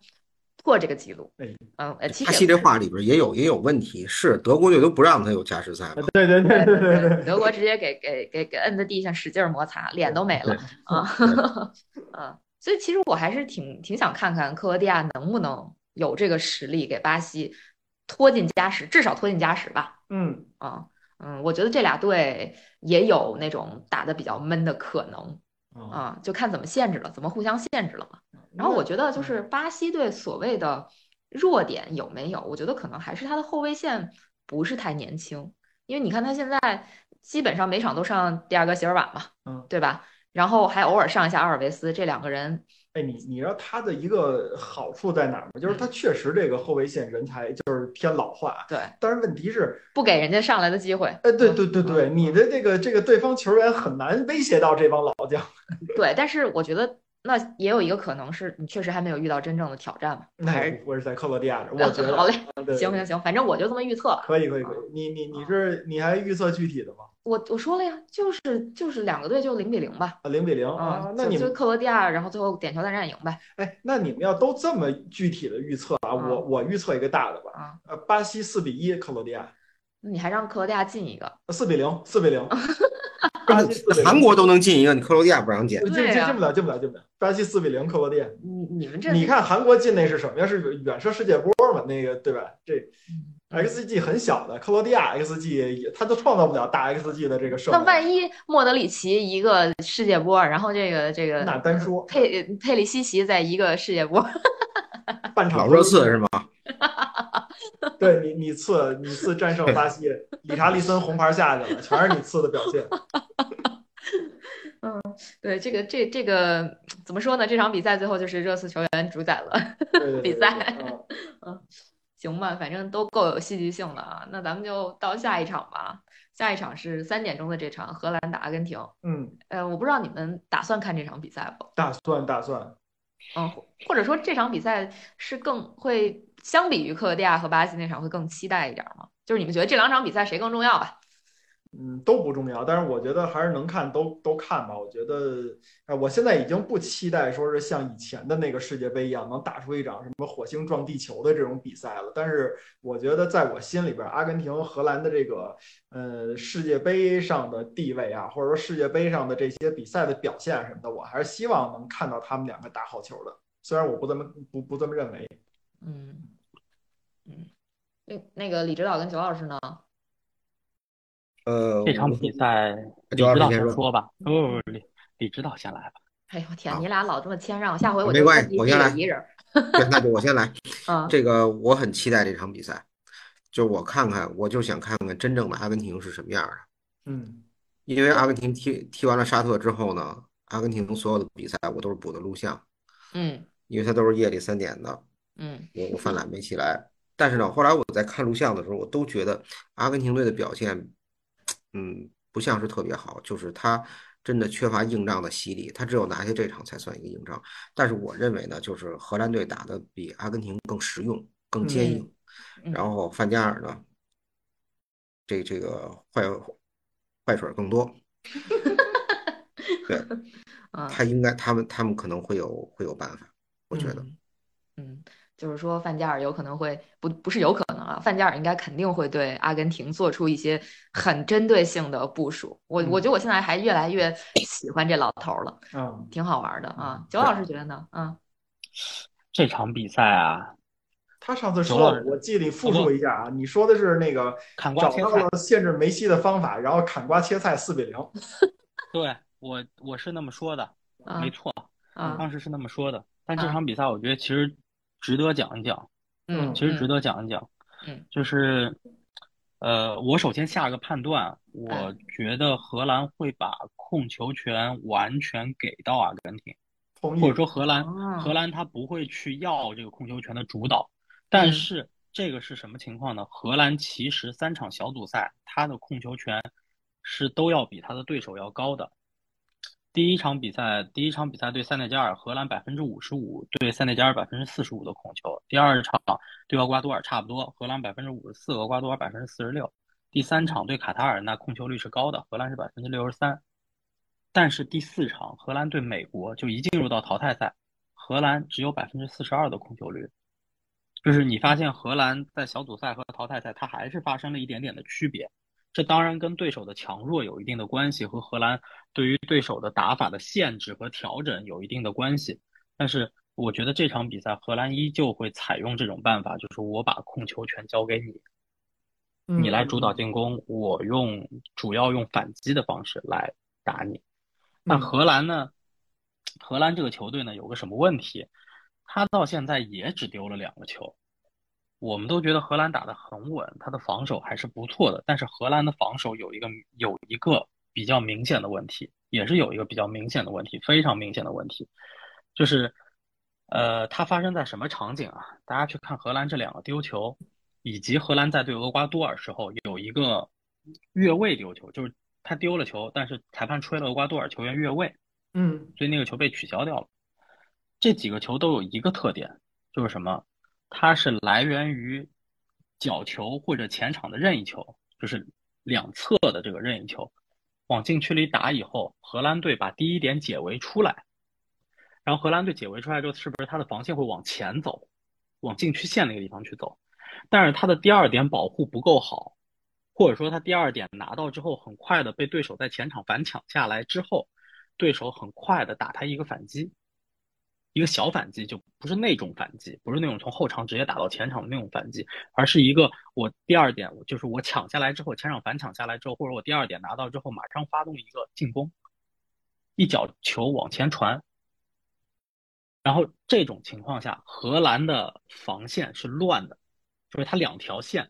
[SPEAKER 1] 破这个记录
[SPEAKER 2] 哎。
[SPEAKER 1] 嗯，呃，其
[SPEAKER 4] 巴西
[SPEAKER 1] 实
[SPEAKER 4] 这话里边也有也有问题，是德国队都不让他有加时赛嘛？
[SPEAKER 2] 对对
[SPEAKER 1] 对
[SPEAKER 2] 对对
[SPEAKER 1] 对
[SPEAKER 2] 对
[SPEAKER 1] 对，
[SPEAKER 2] 对，
[SPEAKER 1] 德国直接给给给给摁在地上使劲儿摩擦，脸都没了啊！ 嗯，所以其实我还是挺挺想看看克罗地亚能不能有这个实力给巴西拖进加时，至少拖进加时吧。
[SPEAKER 2] 嗯，
[SPEAKER 1] 啊，嗯，我觉得这俩队也有那种打得比较闷的可能
[SPEAKER 2] 啊，
[SPEAKER 1] 啊，就看怎么限制了，怎么互相限制了嘛。然后
[SPEAKER 2] 嗯
[SPEAKER 1] 我觉得就是巴西队所谓的弱点有没有？我觉得可能还是他的后卫线不是太年轻，因为你看他现在基本上每场都上第二个席尔瓦嘛，
[SPEAKER 2] 嗯
[SPEAKER 1] 对吧？然后还偶尔上一下阿尔维斯，这两个人
[SPEAKER 2] 哎，你你知道他的一个好处在哪儿吗？就是他确实这个后卫线人才就是偏老化，
[SPEAKER 1] 嗯对嗯
[SPEAKER 2] 但是问题是，
[SPEAKER 1] 不给人家上来的机会。
[SPEAKER 2] 哎，对对对对，你的这个这个对方球员很难威胁到这帮老将。
[SPEAKER 1] 对，但是我觉得那也有一个可能是你确实还没有遇到真正的挑战嘛，
[SPEAKER 2] 那
[SPEAKER 1] 还
[SPEAKER 2] 也
[SPEAKER 1] 是
[SPEAKER 2] 不会是在克罗地亚这 儿，我觉得
[SPEAKER 1] 哎好嘞，
[SPEAKER 2] 啊对
[SPEAKER 1] 行行行，反正我就这么预测了。
[SPEAKER 2] 可以可以可以，你你你是你还预测具体的吗？
[SPEAKER 1] 我我说了呀，就是就是两个队就零比零吧，嗯
[SPEAKER 2] 啊，零比零啊，那
[SPEAKER 1] 就
[SPEAKER 2] 你
[SPEAKER 1] 就
[SPEAKER 2] 们
[SPEAKER 1] 克罗地亚，然后最后点球大战赢呗。
[SPEAKER 2] 哎，那你们要都这么具体的预测啊，我我预测一个大的吧，
[SPEAKER 1] 嗯啊，
[SPEAKER 2] 呃，巴西四比一克罗地亚，呃
[SPEAKER 1] 那你还让克罗地亚进一个，
[SPEAKER 2] 四比零，四比
[SPEAKER 1] 啊
[SPEAKER 2] 零，巴西四比
[SPEAKER 4] 那
[SPEAKER 2] 零，
[SPEAKER 4] 韩国都能进一个，你克罗地亚不让进
[SPEAKER 2] 这这
[SPEAKER 1] 对啊
[SPEAKER 2] 进不了，进不了，进不了，巴西四比零克罗地亚。
[SPEAKER 1] 你你们这
[SPEAKER 2] 你看韩国进那是什么呀？是远射世界波嘛？那个对吧？这
[SPEAKER 1] 嗯
[SPEAKER 2] xg 很小的，克罗地亚 xg 也，他都创造不了大 xg 的这个射
[SPEAKER 1] 那
[SPEAKER 2] 门。
[SPEAKER 1] 万一莫德里奇一个世界波，然后这个这个
[SPEAKER 2] 那单说
[SPEAKER 1] 佩呃佩里西奇在一个世界波，
[SPEAKER 2] 半场
[SPEAKER 4] 老热刺是吗？
[SPEAKER 2] 对你你次你次战胜巴西，理查利森红牌下去了，全是你次的表现。
[SPEAKER 1] 对这个这这个怎么说呢？这场比赛最后就是热刺球员主宰了，
[SPEAKER 2] 对对对对
[SPEAKER 1] 比赛
[SPEAKER 2] 对嗯
[SPEAKER 1] 行吧，反正都够有戏剧性的啊。那咱们就到下一场吧，下一场是三点钟的这场荷兰打阿根廷。
[SPEAKER 2] 嗯，
[SPEAKER 1] 呃，我不知道你们打算看这场比赛不？
[SPEAKER 2] 打算打算，
[SPEAKER 1] 嗯，或或者说这场比赛是更会相比于克罗地亚和巴西那场会更期待一点吗？就是你们觉得这两场比赛谁更重要啊吧？
[SPEAKER 2] 嗯，都不重要，但是我觉得还是能看都都看吧。我觉得，哎，我现在已经不期待说是像以前的那个世界杯一样能打出一场什么火星撞地球的这种比赛了。但是我觉得，在我心里边，阿根廷、荷兰的这个呃世界杯上的地位啊，或者说世界杯上的这些比赛的表现什么的，我还是希望能看到他们两个打好球的。虽然我不这么不不这么认为，
[SPEAKER 1] 嗯嗯，那那个李指导跟九老师呢？
[SPEAKER 4] 呃，
[SPEAKER 3] 嗯这场比赛李
[SPEAKER 4] 就二
[SPEAKER 3] 指
[SPEAKER 4] 比
[SPEAKER 3] 导
[SPEAKER 4] 先
[SPEAKER 3] 先
[SPEAKER 4] 说
[SPEAKER 3] 说吧，不不不，李李指导先来吧。
[SPEAKER 1] 哎呦我天，
[SPEAKER 4] 好
[SPEAKER 1] 你俩老这么谦让，下回我
[SPEAKER 4] 没
[SPEAKER 1] 就
[SPEAKER 4] 关系
[SPEAKER 1] 自己
[SPEAKER 4] 我先来
[SPEAKER 1] 自己一人儿
[SPEAKER 4] 对，那就我先来。
[SPEAKER 1] 啊。
[SPEAKER 4] 这个我很期待这场比赛，就我看看，我就想看看真正的阿根廷是什么样的。
[SPEAKER 2] 嗯
[SPEAKER 4] 因为阿根廷踢踢完了沙特之后呢，阿根廷所有的比赛我都是补的录像，
[SPEAKER 1] 嗯
[SPEAKER 4] 因为它都是夜里三点的，
[SPEAKER 1] 嗯
[SPEAKER 4] 我我犯懒没起来。但是呢，后来我在看录像的时候，我都觉得阿根廷队的表现，嗯，不像是特别好，就是他真的缺乏硬仗的洗礼，他只有拿下这场才算一个硬仗。但是我认为呢，就是荷兰队打得比阿根廷更实用、更坚硬。
[SPEAKER 1] 嗯
[SPEAKER 4] 然后范加尔呢，这这个坏坏水儿更多，
[SPEAKER 1] 啊，
[SPEAKER 4] 他应该他们他们可能会有会有办法，我觉得。
[SPEAKER 1] 嗯嗯，就是说范加尔有可能会不不是有可能啊，范加尔应该肯定会对阿根廷做出一些很针对性的部署。我我觉得我现在还越来越喜欢这老头儿了，
[SPEAKER 2] 啊，
[SPEAKER 1] 挺好玩的啊。九老师觉得呢？嗯
[SPEAKER 3] 这场比赛啊，
[SPEAKER 2] 他上次说
[SPEAKER 3] 行
[SPEAKER 2] 了
[SPEAKER 3] 了，
[SPEAKER 2] 我记得你复述一下啊，你说的是那个
[SPEAKER 3] 砍瓜
[SPEAKER 2] 找
[SPEAKER 3] 切
[SPEAKER 2] 到
[SPEAKER 3] 菜
[SPEAKER 2] 了限制梅西的方法，然后砍瓜切菜四比零。
[SPEAKER 3] 对我我是那么说的，
[SPEAKER 1] 啊
[SPEAKER 3] 没错，
[SPEAKER 1] 啊
[SPEAKER 3] 当时是那么说的。但这
[SPEAKER 1] 啊
[SPEAKER 3] 场比赛，我觉得其实值得讲一讲，
[SPEAKER 1] 嗯，
[SPEAKER 3] 其实值
[SPEAKER 1] 嗯
[SPEAKER 3] 得讲一讲。
[SPEAKER 1] 嗯，
[SPEAKER 3] 就是，呃，我首先下个判断，我
[SPEAKER 1] 嗯
[SPEAKER 3] 觉得荷兰会把控球权完全给到阿根廷，
[SPEAKER 2] 同
[SPEAKER 3] 或
[SPEAKER 2] 意
[SPEAKER 3] 者，说荷兰，
[SPEAKER 1] 嗯哦
[SPEAKER 3] 荷兰他不会去要这个控球权的主导。但是这个是什么情况呢？荷兰其实三场小组赛，他的控球权是都要比他的对手要高的。第一场比赛，第一场比赛对塞内加尔，荷兰百分之五十五对塞内加尔百分之四十五的控球；第二场对厄瓜多尔差不多，荷兰百分之五十四，厄瓜多尔百分之四十六；第三场对卡塔尔，那控球率是高的，荷兰是百分之六十三。但是第四场荷兰对美国就一进入到淘汰赛，荷兰只有百分之四十二的控球率，就是你发现荷兰在小组赛和淘汰赛，它还是发生了一点点的区别。这当然跟对手的强弱有一定的关系，和荷兰对于对手的打法的限制和调整有一定的关系。但是我觉得这场比赛荷兰依旧会采用这种办法，就是我把控球权交给你，
[SPEAKER 2] 嗯
[SPEAKER 3] 你来主导进攻，我用主要用反击的方式来打你。
[SPEAKER 2] 嗯
[SPEAKER 3] 那荷兰呢？荷兰这个球队呢有个什么问题？他到现在也只丢了两个球，我们都觉得荷兰打得很稳，他的防守还是不错的。但是荷兰的防守有一个有一个比较明显的问题，也是有一个比较明显的问题，非常明显的问题，就是，呃，它发生在什么场景啊？大家去看荷兰这两个丢球，以及荷兰在对厄瓜多尔时候有一个越位丢球，就是他丢了球，但是裁判吹了厄瓜多尔球员越位，
[SPEAKER 2] 嗯
[SPEAKER 3] 所以那个球被取消掉了。这几个球都有一个特点，就是什么？它是来源于角球或者前场的任意球，就是两侧的这个任意球往禁区里打以后，荷兰队把第一点解围出来，然后荷兰队解围出来之后，是不是他的防线会往前走，往禁区线那个地方去走？但是他的第二点保护不够好，或者说他第二点拿到之后，很快的被对手在前场反抢下来之后，对手很快的打他一个反击。一个小反击，就不是那种反击，不是那种从后场直接打到前场的那种反击，而是一个我第二点，我就是我抢下来之后，前场反抢下来之后，或者我第二点拿到之后，马上发动一个进攻，一脚球往前传。然后这种情况下，荷兰的防线是乱的，就是它两条线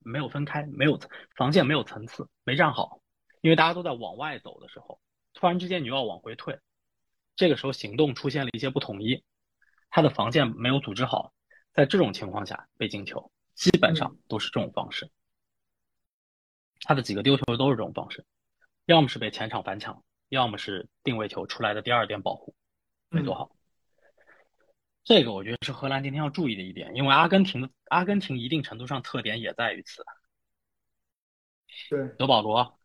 [SPEAKER 3] 没有分开，没有防线没有层次，没站好，因为大家都在往外走的时候，突然之间你又要往回退。这个时候行动出现了一些不统一，他的防线没有组织好，在这种情况下被进球，基本上都是这种方式。他的几个丢球都是这种方式，要么是被前场反抢，要么是定位球出来的第二点保护
[SPEAKER 2] 嗯
[SPEAKER 3] 没做好。这个我觉得是荷兰今天要注意的一点，因为阿根廷的阿根廷一定程度上特点也在于此。
[SPEAKER 2] 对，
[SPEAKER 3] 德保罗、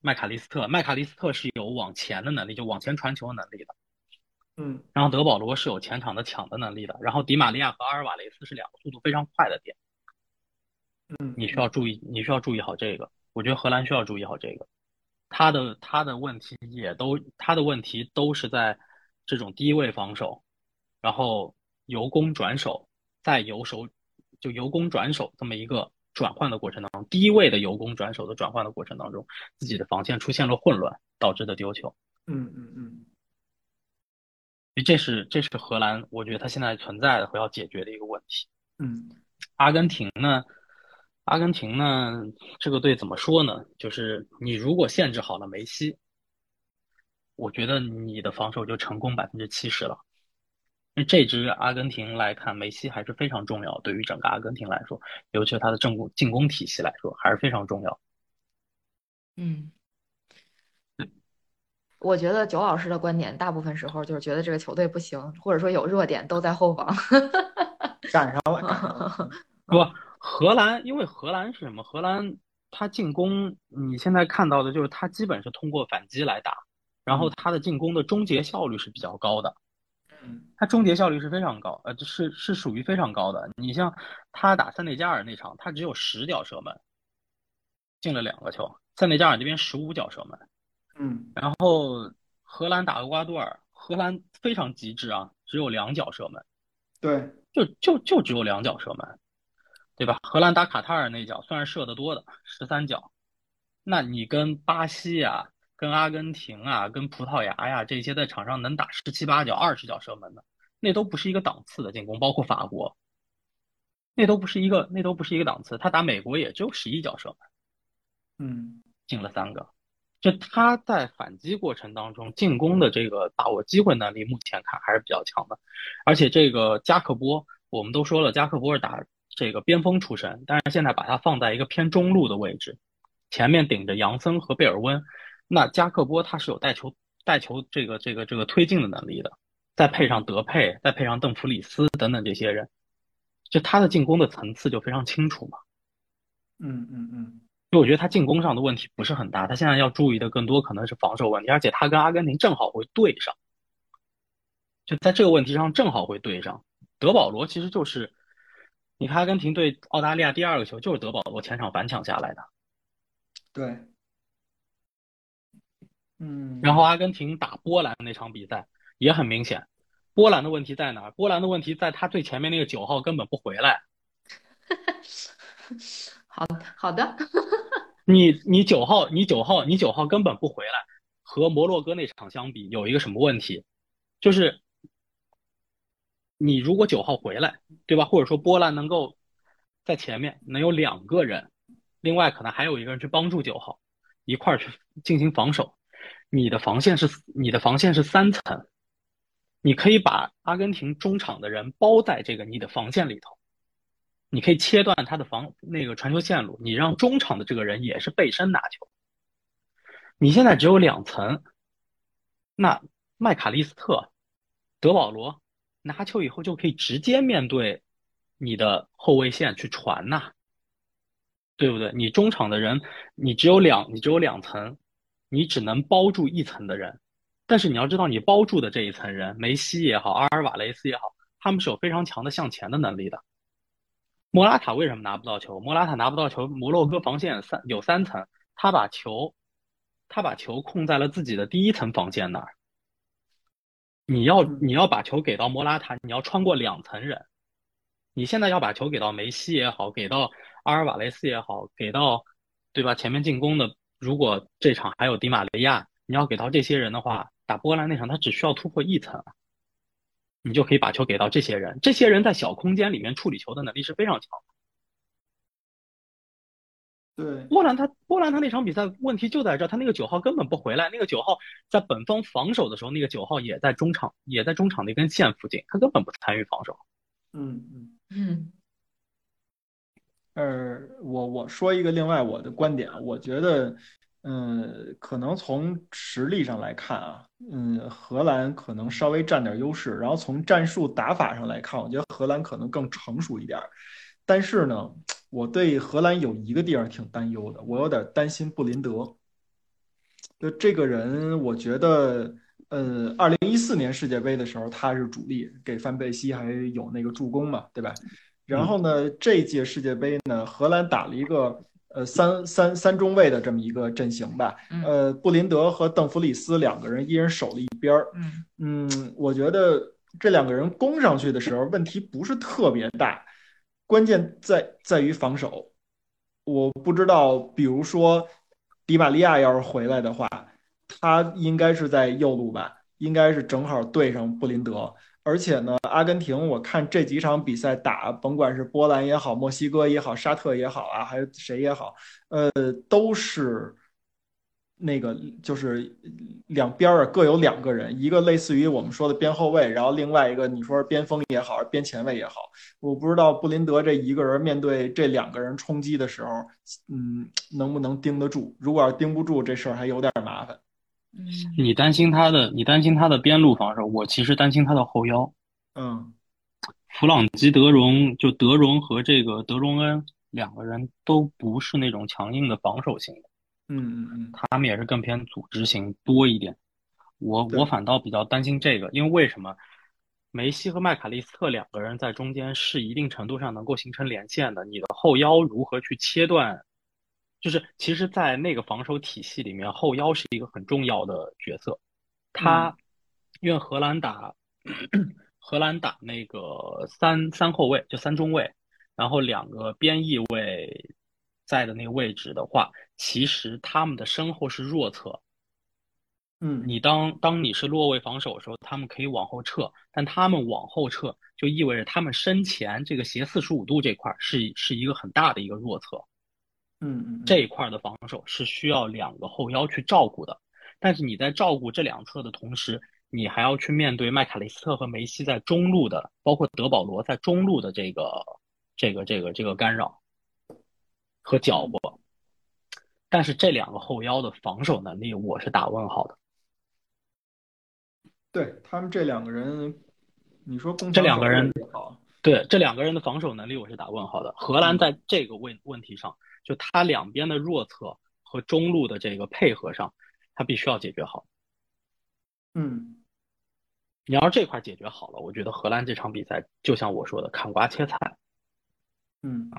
[SPEAKER 3] 麦卡利斯特，麦卡利斯特是有往前的能力，就往前传球的能力的。
[SPEAKER 2] 嗯
[SPEAKER 3] 然后德保罗是有前场的抢的能力的，然后迪玛利亚和阿尔瓦雷斯是两个速度非常快的点，
[SPEAKER 2] 嗯，
[SPEAKER 3] 你需要注意，你需要注意好这个。我觉得荷兰需要注意好这个，他的他的问题也都他的问题都是在这种低位防守，然后由攻转守，再由守就由攻转守这么一个转换的过程当中，低位的由攻转守的转换的过程当中，自己的防线出现了混乱导致的丢球。
[SPEAKER 2] 嗯嗯嗯，
[SPEAKER 3] 这是这是荷兰，我觉得它现在存在的和要解决的一个问题。
[SPEAKER 2] 嗯，
[SPEAKER 3] 阿根廷呢，阿根廷呢，这个队怎么说呢？就是你如果限制好了梅西，我觉得你的防守就成功百分之七十了。因为这支阿根廷来看，梅西还是非常重要，对于整个阿根廷来说，尤其是他的正攻进攻体系来说，还是非常重要。
[SPEAKER 1] 嗯，我觉得九老师的观点大部分时候就是觉得这个球队不行，或者说有弱点都在后防。
[SPEAKER 2] 赶上了，赶上 了，
[SPEAKER 3] 不，荷兰，因为荷兰是什么？荷兰它进攻，你现在看到的就是它基本是通过反击来打，然后它的进攻的终结效率是比较高的，
[SPEAKER 2] 嗯
[SPEAKER 3] 它终结效率是非常高，呃，是是属于非常高的。你像他打塞内加尔那场，他只有十脚射门，进了两个球，塞内加尔这边十五脚射门，
[SPEAKER 2] 嗯
[SPEAKER 3] 然后荷兰打厄瓜多尔，荷兰非常极致啊，只有两脚射门。
[SPEAKER 2] 对，
[SPEAKER 3] 就就就只有两脚射门，对吧？荷兰打卡塔尔那脚算是射得多的，十三脚。那你跟巴西啊、跟阿根廷啊、跟葡萄牙呀、这些在场上能打十七八脚、二十脚射门的，那都不是一个档次的进攻，包括法国，那都不是一个那都不是一个档次。他打美国也只有十一脚射门，
[SPEAKER 2] 嗯
[SPEAKER 3] 进了三个。就他在反击过程当中，进攻的这个把握机会能力，目前看还是比较强的。而且这个加克波，我们都说了，加克波是打这个边锋出身，但是现在把他放在一个偏中路的位置，前面顶着杨森和贝尔温，那加克波他是有带球带球这个这个这个推进的能力的，再配上德佩，再配上邓弗里斯等等这些人，就他的进攻的层次就非常清楚嘛。
[SPEAKER 2] 嗯嗯嗯，
[SPEAKER 3] 就我觉得他进攻上的问题不是很大，他现在要注意的更多可能是防守问题，而且他跟阿根廷正好会对上，就在这个问题上正好会对上。德保罗其实就是你看阿根廷对澳大利亚第二个球就是德保罗前场反抢下来的，
[SPEAKER 2] 对，嗯，
[SPEAKER 3] 然后阿根廷打波兰那场比赛也很明显，波兰的问题在哪儿？波兰的问题在他最前面那个九号根本不回来，
[SPEAKER 1] 好的，
[SPEAKER 3] 你你九号你九号你九号根本不回来，和摩洛哥那场相比有一个什么问题？就是你如果九号回来，对吧？或者说波兰能够在前面能有两个人，另外可能还有一个人去帮助九号一块儿去进行防守，你的防线是你的防线是三层，你可以把阿根廷中场的人包在这个你的防线里头。你可以切断他的防那个传球线路，你让中场的这个人也是背身拿球。你现在只有两层，那麦卡利斯特、德保罗拿球以后就可以直接面对你的后卫线去传呐、对不对？你中场的人，你只有两，你只有两层，你只能包住一层的人。但是你要知道，你包住的这一层人，梅西也好，阿尔瓦雷斯也好，他们是有非常强的向前的能力的。莫拉塔为什么拿不到球？莫拉塔拿不到球，摩洛哥防线三有三层，他把球，他把球控在了自己的第一层防线那儿。你要你要把球给到莫拉塔，你要穿过两层人。你现在要把球给到梅西也好，给到阿尔瓦雷斯也好，给到对吧？前面进攻的，如果这场还有迪马雷亚，你要给到这些人的话，打波兰那场他只需要突破一层，你就可以把球给到这些人。这些人在小空间里面处理球的能力是非常强的。
[SPEAKER 2] 对，
[SPEAKER 3] 波兰他波兰他那场比赛问题就在这儿，他那个九号根本不回来。那个九号在本方防守的时候，那个九号也在中场，也在中场那根线附近，他根本不参与防守。
[SPEAKER 2] 嗯嗯，
[SPEAKER 1] 嗯
[SPEAKER 2] 呃，我我说一个另外我的观点，啊我觉得，嗯，可能从实力上来看啊，嗯，荷兰可能稍微占点优势，然后从战术打法上来看，我觉得荷兰可能更成熟一点儿。但是呢，我对荷兰有一个地方挺担忧的，我有点担心布林德。就这个人，我觉得，呃，二零一四年世界杯的时候他是主力，给范佩西还有那个助攻嘛，对吧？然后呢，这届世界杯呢，荷兰打了一个呃三三三中卫的这么一个阵型吧，
[SPEAKER 1] 嗯
[SPEAKER 2] 呃，布林德和邓弗里斯两个人一人守了一边儿，
[SPEAKER 1] 嗯
[SPEAKER 2] 嗯，我觉得这两个人攻上去的时候问题不是特别大，关键在在于防守。我不知道，比如说迪玛利亚要是回来的话，他应该是在右路吧，应该是正好对上布林德。而且呢，阿根廷我看这几场比赛打，甭管是波兰也好、墨西哥也好、沙特也好啊，还有谁也好，呃，都是那个就是两边儿啊各有两个人，一个类似于我们说的边后卫，然后另外一个你说是边锋也好，边前卫也好，我不知道布林德这一个人面对这两个人冲击的时候，嗯，能不能盯得住？如果要是盯不住，这事儿还有点麻烦。
[SPEAKER 1] 嗯
[SPEAKER 3] 你担心他的，你担心他的边路防守，我其实担心他的后腰。
[SPEAKER 2] 嗯
[SPEAKER 3] 弗朗基德容就德容和这个德容恩两个人都不是那种强硬的防守型的，
[SPEAKER 2] 嗯嗯嗯，
[SPEAKER 3] 他们也是更偏组织型多一点。我
[SPEAKER 2] 对
[SPEAKER 3] 我反倒比较担心这个，因为为什么？梅西和麦卡利斯特两个人在中间是一定程度上能够形成连线的，你的后腰如何去切断？就是其实，在那个防守体系里面，后腰是一个很重要的角色。他因为荷兰打荷兰打那个三三后卫，就三中卫，然后两个边翼位在的那个位置的话，其实他们的身后是弱侧，
[SPEAKER 2] 嗯，
[SPEAKER 3] 你当当你是落位防守的时候，他们可以往后撤，但他们往后撤就意味着他们身前这个斜四十五度这块儿是是一个很大的一个弱侧，
[SPEAKER 2] 嗯嗯，
[SPEAKER 3] 这一块儿的防守是需要两个后腰去照顾的。但是你在照顾这两侧的同时，你还要去面对麦卡利斯特和梅西在中路的，包括德保罗在中路的这个这个这个这个干扰和搅和。但是这两个后腰的防守能力，我是打问号的。
[SPEAKER 2] 对他们这两个人，嗯你说攻
[SPEAKER 3] 这两个人
[SPEAKER 2] 也好，
[SPEAKER 3] 对，这两个人的防守能力我是打问号的。荷兰在这个问问题上，就他两边的弱侧和中路的这个配合上，他必须要解决好。
[SPEAKER 2] 嗯
[SPEAKER 3] 你要是这块解决好了，我觉得荷兰这场比赛就像我说的，砍瓜切菜，
[SPEAKER 2] 嗯，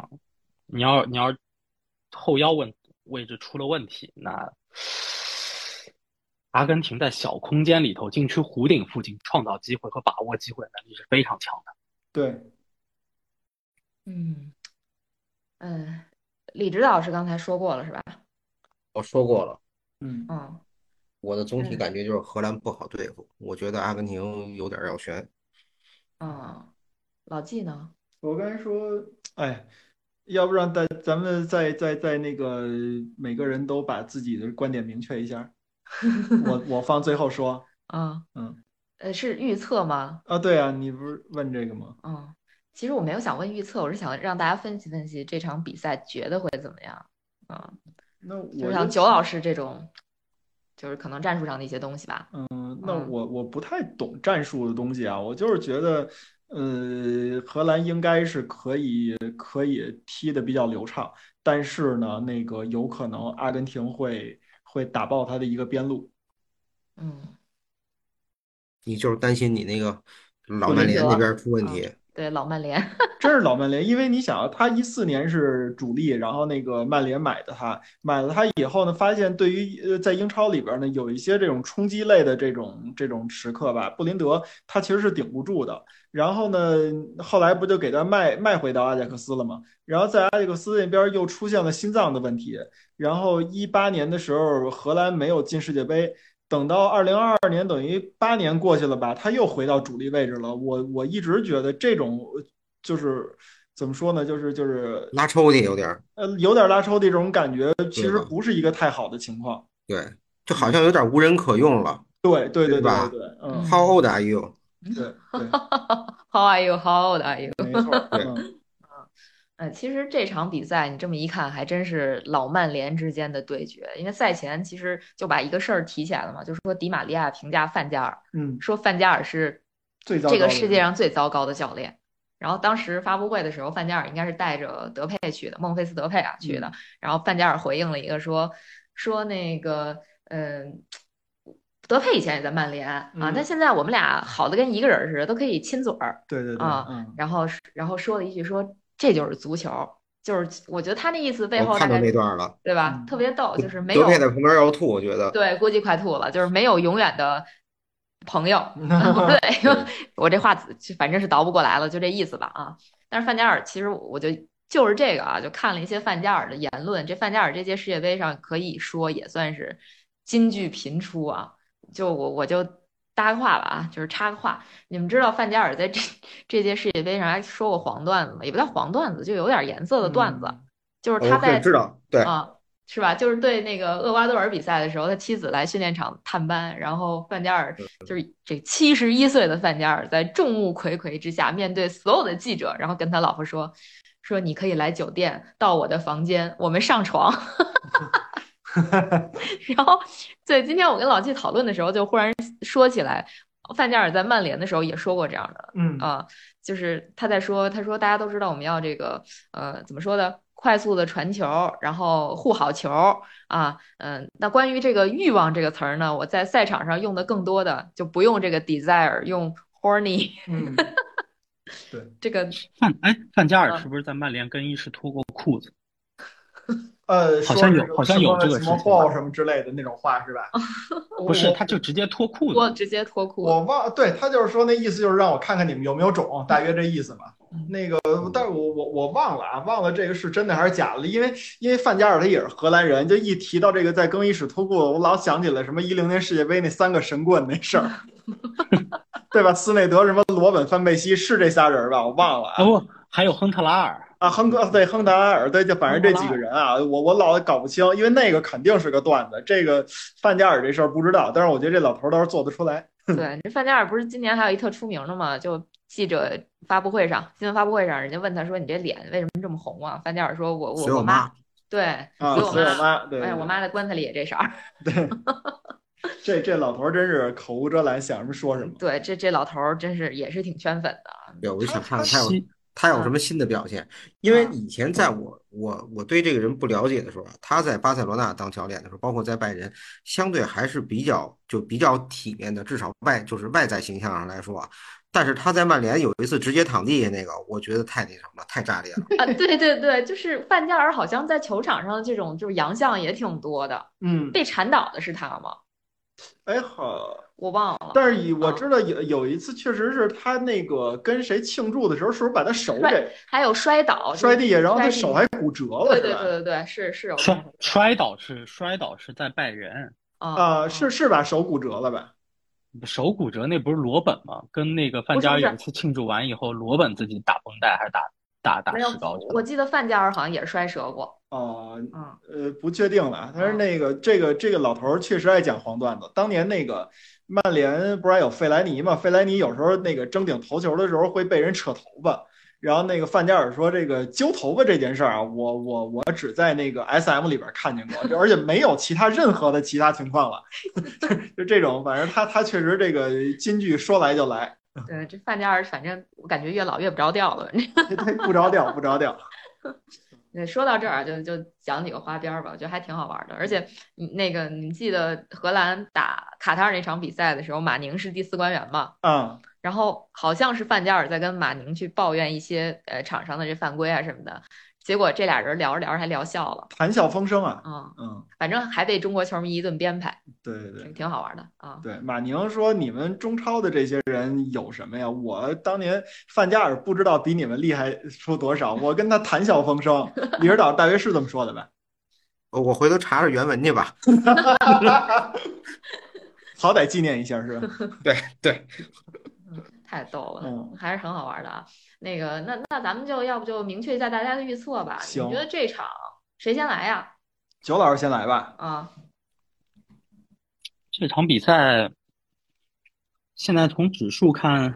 [SPEAKER 3] 你要你要后腰问位置出了问题，那阿根廷在小空间里头禁区弧顶附近创造机会和把握机会能力是非常强的。
[SPEAKER 2] 对，
[SPEAKER 1] 嗯嗯，李指导是刚才说过了是吧？
[SPEAKER 4] 我说过了，
[SPEAKER 2] 嗯
[SPEAKER 1] 嗯
[SPEAKER 4] 我的总体
[SPEAKER 1] 嗯
[SPEAKER 4] 感觉就是荷兰不好对付，我觉得阿根廷有点儿要悬。
[SPEAKER 1] 嗯，老纪呢？
[SPEAKER 2] 我刚才说，哎，要不然咱咱们再再再那个每个人都把自己的观点明确一 下，我我放最后说
[SPEAKER 1] 啊，
[SPEAKER 2] 嗯，
[SPEAKER 1] 呃，是预测吗？
[SPEAKER 2] 啊，对啊，你不是问这个吗？
[SPEAKER 1] 嗯，其实我没有想问预测，我是想让大家分析分析这场比赛觉得会怎么样。嗯，
[SPEAKER 2] 那
[SPEAKER 1] 就
[SPEAKER 2] 我
[SPEAKER 1] 像
[SPEAKER 2] 就
[SPEAKER 1] 九老师这种，就是可能战术上的一些东西吧。
[SPEAKER 2] 嗯，那
[SPEAKER 1] 嗯
[SPEAKER 2] 我我不太懂战术的东西啊，我就是觉得，呃，荷兰应该是可以可以踢得比较流畅，但是呢，那个有可能阿根廷会会打爆他的一个边路，
[SPEAKER 1] 嗯，
[SPEAKER 4] 你就是担心你那个老
[SPEAKER 2] 不
[SPEAKER 4] 曼
[SPEAKER 2] 理
[SPEAKER 4] 联
[SPEAKER 1] 解
[SPEAKER 4] 那边出问
[SPEAKER 1] 啊
[SPEAKER 4] 题，
[SPEAKER 1] 对，老曼联，
[SPEAKER 2] 真是老曼联，因为你想啊，他一四年是主力，然后那个曼联买的他，买了他以后呢，发现对于呃在英超里边呢，有一些这种冲击类的这种这种时刻吧，布林德他其实是顶不住的。然后呢，后来不就给他卖卖回到阿贾克斯了吗？然后在阿贾克斯那边又出现了心脏的问题。然后一八年的时候，荷兰没有进世界杯，等到二零二二年，等于八年过去了吧，他又回到主力位置了。我我一直觉得这种呃就是怎么说呢，就是就是
[SPEAKER 4] 拉抽屉有点儿，
[SPEAKER 2] 呃有点拉抽屉这种感觉，其
[SPEAKER 4] 对
[SPEAKER 2] 实
[SPEAKER 4] 吧
[SPEAKER 2] 不是一个太好的情况。
[SPEAKER 4] 对，就好像有点无人可用了。
[SPEAKER 2] 对对对
[SPEAKER 4] 对吧
[SPEAKER 2] 对对，嗯，
[SPEAKER 4] How old are you？
[SPEAKER 2] 对对，
[SPEAKER 1] How are you? How old are you?
[SPEAKER 2] 没错儿，
[SPEAKER 4] 对
[SPEAKER 2] 嗯
[SPEAKER 1] 呃，其实这场比赛你这么一看，还真是老曼联之间的对决。因为赛前其实就把一个事儿提起来了嘛，就是说迪马利亚评价范加尔，
[SPEAKER 2] 嗯，
[SPEAKER 1] 说范加尔是
[SPEAKER 2] 最糟
[SPEAKER 1] 这个
[SPEAKER 2] 糕的
[SPEAKER 1] 世
[SPEAKER 2] 人
[SPEAKER 1] 界上最糟糕的教练。然后当时发布会的时候，范加尔应该是带着德佩去的，孟菲斯德佩啊去的。然后范加尔回应了一个说说那个嗯。德佩以前也在曼联啊，
[SPEAKER 2] 嗯
[SPEAKER 1] 但现在我们俩好的跟一个人似的，都可以亲嘴儿。
[SPEAKER 2] 对对对，
[SPEAKER 1] 啊
[SPEAKER 2] 嗯，
[SPEAKER 1] 然后是然后说了一句说这就是足球，就是我觉得他那意思背
[SPEAKER 4] 我
[SPEAKER 1] 后大
[SPEAKER 4] 看到
[SPEAKER 1] 概
[SPEAKER 4] 那段了，
[SPEAKER 1] 对吧
[SPEAKER 2] 嗯，
[SPEAKER 1] 特别逗，就是没
[SPEAKER 4] 德
[SPEAKER 1] 有
[SPEAKER 4] 佩在旁边要吐，我觉得。
[SPEAKER 1] 对，估计快吐了，就是没有永远的朋友，对
[SPEAKER 4] 对，
[SPEAKER 1] 我这话就反正是倒不过来了，就这意思吧啊。但是范加尔其实我就就是这个啊，就看了一些范加尔的言论，这范加尔这届世界杯上可以说也算是金句频出啊。就我我就搭个话吧啊，就是插个话，你们知道范加尔在这这届世界杯上还说过黄段子吗？也不叫黄段子，就有点颜色的段子，就是他
[SPEAKER 4] 嗯哦我
[SPEAKER 1] 在
[SPEAKER 4] 是知道，对，
[SPEAKER 1] 啊，是吧？就是对那个厄瓜多尔比赛的时候，他妻子来训练场探班，然后范加尔就是这七十一岁的范加尔，在众目睽睽之下，面对所有的记者，然后跟他老婆说：“说你可以来酒店，到我的房间，我们上床。” 然后，对，今天我跟老季讨论的时候，就忽然说起来，范加尔在曼联的时候也说过这样的
[SPEAKER 2] 嗯嗯
[SPEAKER 1] 啊、就是他在说，他说大家都知道我们要这个呃怎么说呢？快速的传球，然后护好球啊，嗯、那关于这个欲望这个词儿呢，我在赛场上用的更多的就不用这个 desire，用 horny
[SPEAKER 2] 嗯，
[SPEAKER 1] 这个
[SPEAKER 3] 范哎，范加尔
[SPEAKER 1] 嗯
[SPEAKER 3] 是不是在曼联更衣室脱过裤子？
[SPEAKER 2] 呃，说
[SPEAKER 3] 好像
[SPEAKER 2] 是
[SPEAKER 3] 有
[SPEAKER 2] 什么
[SPEAKER 3] 好像有这个
[SPEAKER 2] 什么
[SPEAKER 3] 事情啊
[SPEAKER 2] 报
[SPEAKER 3] 吧
[SPEAKER 2] 什么之类的那种话是吧？
[SPEAKER 3] 不是，
[SPEAKER 2] 我
[SPEAKER 3] 他就直接脱裤
[SPEAKER 1] 脱
[SPEAKER 3] 子。
[SPEAKER 1] 直接脱裤
[SPEAKER 2] 我
[SPEAKER 1] 子，
[SPEAKER 2] 忘，对，他就是说那意思就是让我看看你们有没有种，大约这意思吧。
[SPEAKER 1] 嗯
[SPEAKER 2] 那个，但是我我我忘了啊，忘了这个是真的还是假的，因为因为范加尔他也是荷兰人，就一提到这个在更衣室脱裤子，我老想起了什么一零年世界杯那三个神棍那事 儿，对吧？斯内德、什么罗本、范佩西是这仨人吧？我忘了
[SPEAKER 1] 哦
[SPEAKER 3] 啊
[SPEAKER 2] 啊。
[SPEAKER 3] 不，还有亨特拉尔，
[SPEAKER 2] 啊，亨格对亨达埃尔对，就反正这几个人啊，我我老搞不清，因为那个肯定是个段子，这个范加尔这事儿不知道，但是我觉得这老头儿倒是做得出来。
[SPEAKER 1] 对，这范加尔不是今年还有一特出名的嘛？就记者发布会上，新闻发布会上，人家问他说：“你这脸为什么这么红啊？”范加尔说：“我
[SPEAKER 4] 随
[SPEAKER 1] 我
[SPEAKER 4] 我
[SPEAKER 1] 妈，
[SPEAKER 4] 妈，
[SPEAKER 1] 对，
[SPEAKER 2] 啊，
[SPEAKER 1] 随我
[SPEAKER 2] 所以我
[SPEAKER 1] 妈，
[SPEAKER 2] 妈，对，对
[SPEAKER 1] 哎，我
[SPEAKER 2] 对
[SPEAKER 1] 妈在棺材里也这色儿。”
[SPEAKER 2] 这这老头儿真是口无遮拦，想什么说什么。
[SPEAKER 1] 对，这这老头儿真是也是挺圈粉的啊。
[SPEAKER 4] 对，我就想看看他有
[SPEAKER 3] 西
[SPEAKER 4] 他有什么新的表现？因为以前在我我我对这个人不了解的时候啊，他在巴塞罗那当教练的时候，包括在拜仁，相对还是比较就比较体面的，至少外就是外在形象上来说啊。但是他在曼联有一次直接躺地那个，我觉得太那什么了，太炸裂了。
[SPEAKER 1] 啊，对对对，就是范加尔好像在球场上这种就是洋相也挺多的，
[SPEAKER 2] 嗯，
[SPEAKER 1] 被缠倒的是他吗？
[SPEAKER 2] 哎好，
[SPEAKER 1] 我忘了，嗯
[SPEAKER 2] 但是以我知道有有一次确实是他那个跟谁庆祝的时候，是不是把他手给
[SPEAKER 1] 还有摔倒
[SPEAKER 2] 摔地下，然后他
[SPEAKER 1] 摔
[SPEAKER 2] 手还骨折了，
[SPEAKER 1] 对
[SPEAKER 2] 是
[SPEAKER 1] 对对
[SPEAKER 2] 吧？
[SPEAKER 1] 对对，是是有这种
[SPEAKER 3] 摔摔倒是摔倒是在拜仁，
[SPEAKER 1] 啊
[SPEAKER 2] 啊，是是把手骨折了吧？
[SPEAKER 3] 手骨折那不是罗本吗？跟那个范加尔有一次庆祝完以后，罗本自己打绷带还是打打打
[SPEAKER 1] 没有
[SPEAKER 3] 石膏去了？
[SPEAKER 1] 我记得范加尔好像也是摔折过，
[SPEAKER 2] 哦，
[SPEAKER 1] 嗯
[SPEAKER 2] 呃，不确定了，但是那个这个这个老头儿确实爱讲黄段子。当年那个曼联不是还有费莱尼嘛？费莱尼有时候那个争顶头球的时候会被人扯头发，然后那个范加尔说这个揪头发这件事儿啊，我我我只在那个 S M 里边看见过，就而且没有其他任何的其他情况了， 就这种，反正他他确实这个金句说来就来，
[SPEAKER 1] 对，这范加尔反正我感觉越老越不着调了。
[SPEAKER 2] 他不着调不着调。
[SPEAKER 1] 对，说到这儿啊就就讲几个花边儿吧，我觉得还挺好玩儿的。而且嗯那个你记得荷兰打卡塔尔那场比赛的时候，马宁是第四官员嘛？
[SPEAKER 2] 啊、
[SPEAKER 1] 然后好像是范加尔在跟马宁去抱怨一些呃场上的这犯规啊什么的，结果这俩人聊着聊着还聊笑了，
[SPEAKER 2] 谈笑风生啊，
[SPEAKER 1] 嗯，
[SPEAKER 2] 嗯，
[SPEAKER 1] 反正还被中国球迷一顿编排，
[SPEAKER 2] 对对对
[SPEAKER 1] 挺。挺好玩的啊。
[SPEAKER 2] 对，马宁说：“你们中超的这些人有什么呀？我当年范加尔不知道比你们厉害出多少，我跟他谈笑风生。”李指导大约是这么说的吧？
[SPEAKER 4] 呃我回头查查原文去吧。
[SPEAKER 2] 好歹纪念一下是吧？
[SPEAKER 4] 对对，
[SPEAKER 1] 太逗了，
[SPEAKER 2] 嗯
[SPEAKER 1] 还是很好玩的啊。那个，那那咱们就要不就明确一下大家的预测吧。你
[SPEAKER 2] 行
[SPEAKER 1] 觉得这场谁先来呀？
[SPEAKER 2] 九老师先来吧。
[SPEAKER 1] 啊，
[SPEAKER 3] 这场比赛现在从指数看，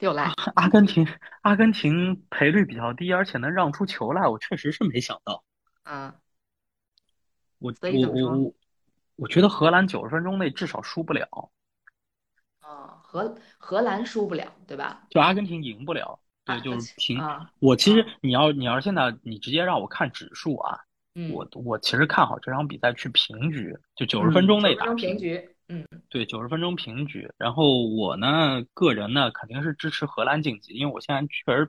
[SPEAKER 1] 又 来，
[SPEAKER 3] 阿根廷阿根廷赔率比较低，而且能让出球来，我确实是没想到。
[SPEAKER 1] 啊，
[SPEAKER 3] 我
[SPEAKER 1] 所以
[SPEAKER 3] 我
[SPEAKER 1] 怎么说
[SPEAKER 3] 我我我觉得荷兰九十分钟内至少输不了，
[SPEAKER 1] 啊，荷荷兰输不了，对吧？
[SPEAKER 3] 就阿根廷赢不了，对，
[SPEAKER 1] 啊
[SPEAKER 3] 就是平。
[SPEAKER 1] 啊，
[SPEAKER 3] 我其实
[SPEAKER 1] 啊
[SPEAKER 3] 你要你要是现在你直接让我看指数啊，
[SPEAKER 1] 嗯，
[SPEAKER 3] 我我其实看好这场比赛去平局，就九
[SPEAKER 2] 嗯
[SPEAKER 3] 十分钟内
[SPEAKER 1] 90分
[SPEAKER 3] 打
[SPEAKER 1] 钟平局，嗯
[SPEAKER 3] 对，九十分钟平局。然后我呢，个人呢肯定是支持荷兰晋级，因为我现在确实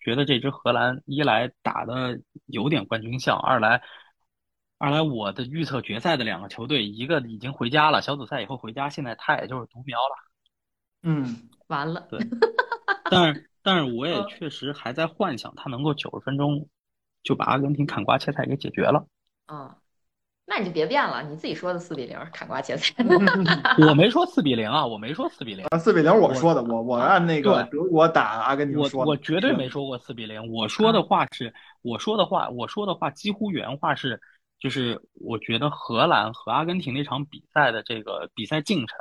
[SPEAKER 3] 觉得这支荷兰一来打的有点冠军相，二来二来我的预测决赛的两个球队，一个已经回家了，小组赛以后回家，现在他也就是独苗了。
[SPEAKER 2] 嗯，
[SPEAKER 1] 完了，
[SPEAKER 3] 但是但是我也
[SPEAKER 1] 嗯
[SPEAKER 3] 确实还在幻想他能够九十分钟就把阿根廷砍瓜切菜给解决了。
[SPEAKER 1] 啊，那你就别变了，你自己说的四比零，砍瓜切菜，
[SPEAKER 2] 嗯
[SPEAKER 1] 嗯
[SPEAKER 3] 我没说四比零啊，我没说四比零。
[SPEAKER 2] 啊，四比零我说的，我我按那个德国打阿根廷
[SPEAKER 3] 我
[SPEAKER 2] 说的，啊
[SPEAKER 3] 我绝对
[SPEAKER 2] 是
[SPEAKER 3] 没说过四比零，我说的话是，我说的话，我说的话几乎原话是，就是我觉得荷兰和阿根廷那场比赛的这个比赛进程，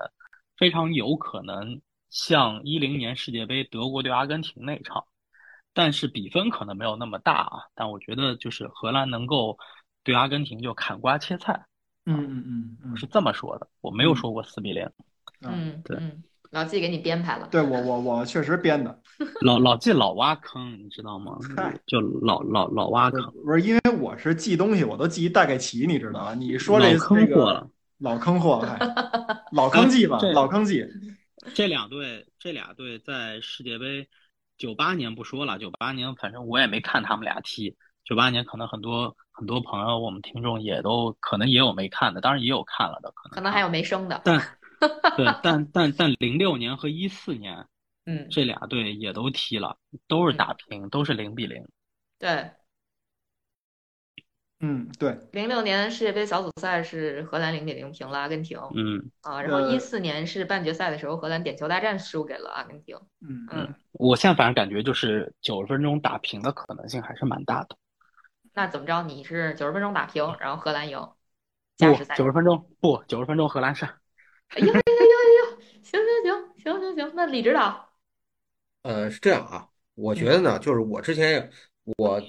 [SPEAKER 3] 非常有可能像一零年世界杯德国对阿根廷那场，但是比分可能没有那么大啊，但我觉得就是荷兰能够对阿根廷就砍瓜切菜，
[SPEAKER 2] 嗯嗯嗯嗯
[SPEAKER 3] 我是这么说的，我没有
[SPEAKER 2] 嗯
[SPEAKER 3] 说过四比零，
[SPEAKER 1] 嗯
[SPEAKER 3] 对
[SPEAKER 1] 嗯，老季给你编排了，
[SPEAKER 2] 对我我我确实编的，
[SPEAKER 3] 老老记老挖坑，你知道吗
[SPEAKER 2] 嗨？
[SPEAKER 3] 就老老老挖坑，
[SPEAKER 2] 不是因为我是记东西，我都记一大概齐，你知道吧？你说这
[SPEAKER 3] 老坑
[SPEAKER 2] 这
[SPEAKER 3] 货
[SPEAKER 2] 个
[SPEAKER 3] 了。
[SPEAKER 2] 老坑货，嗨老坑记嘛，
[SPEAKER 3] 这
[SPEAKER 2] 老坑记。
[SPEAKER 3] 这两队，这俩队在世界杯九八年不说了，九八年反正我也没看他们俩踢。九八年可能很多很多朋友，我们听众也都可能也有没看的，当然也有看了的，可能
[SPEAKER 1] 可能还有没生的，
[SPEAKER 3] 但对，但但但零六年和一四年
[SPEAKER 1] 嗯，
[SPEAKER 3] 这俩队也都踢了，都是打平，都是零比零。
[SPEAKER 1] 对，
[SPEAKER 2] 嗯，对，
[SPEAKER 1] 零六年世界杯小组赛是荷兰零比零平了阿根廷，
[SPEAKER 3] 嗯，
[SPEAKER 1] 啊，然后
[SPEAKER 2] 呃
[SPEAKER 1] 一四年是半决赛的时候，荷兰点球大战输给了阿根廷。
[SPEAKER 2] 嗯
[SPEAKER 1] 嗯，
[SPEAKER 3] 我现在反正感觉就是九十分钟打平的可能性还是蛮大的。
[SPEAKER 1] 那怎么着？你是九十分钟打平，然后荷兰赢，加
[SPEAKER 3] 不
[SPEAKER 1] 时，赛。
[SPEAKER 3] 九十分钟不，九十分钟荷兰胜。
[SPEAKER 1] 哎呦呦呦呦呦！行行行行行行，那李指导，
[SPEAKER 4] 呃，是这样啊，我觉得呢，就是我之前也我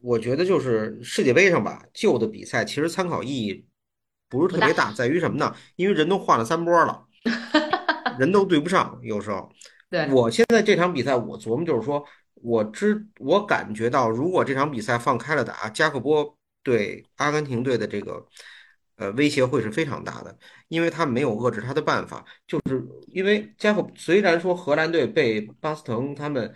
[SPEAKER 4] 我觉得就是世界杯上吧，旧的比赛其实参考意义不是特别大，在于什么呢？因为人都换了三波了，人都对不上，有时候。
[SPEAKER 1] 对，
[SPEAKER 4] 我现在这场比赛，我琢磨就是说，我知我感觉到，如果这场比赛放开了打，加克波对阿根廷队的这个呃威胁会是非常大的，因为他没有遏制他的办法，就是因为加克虽然说荷兰队被巴斯滕他们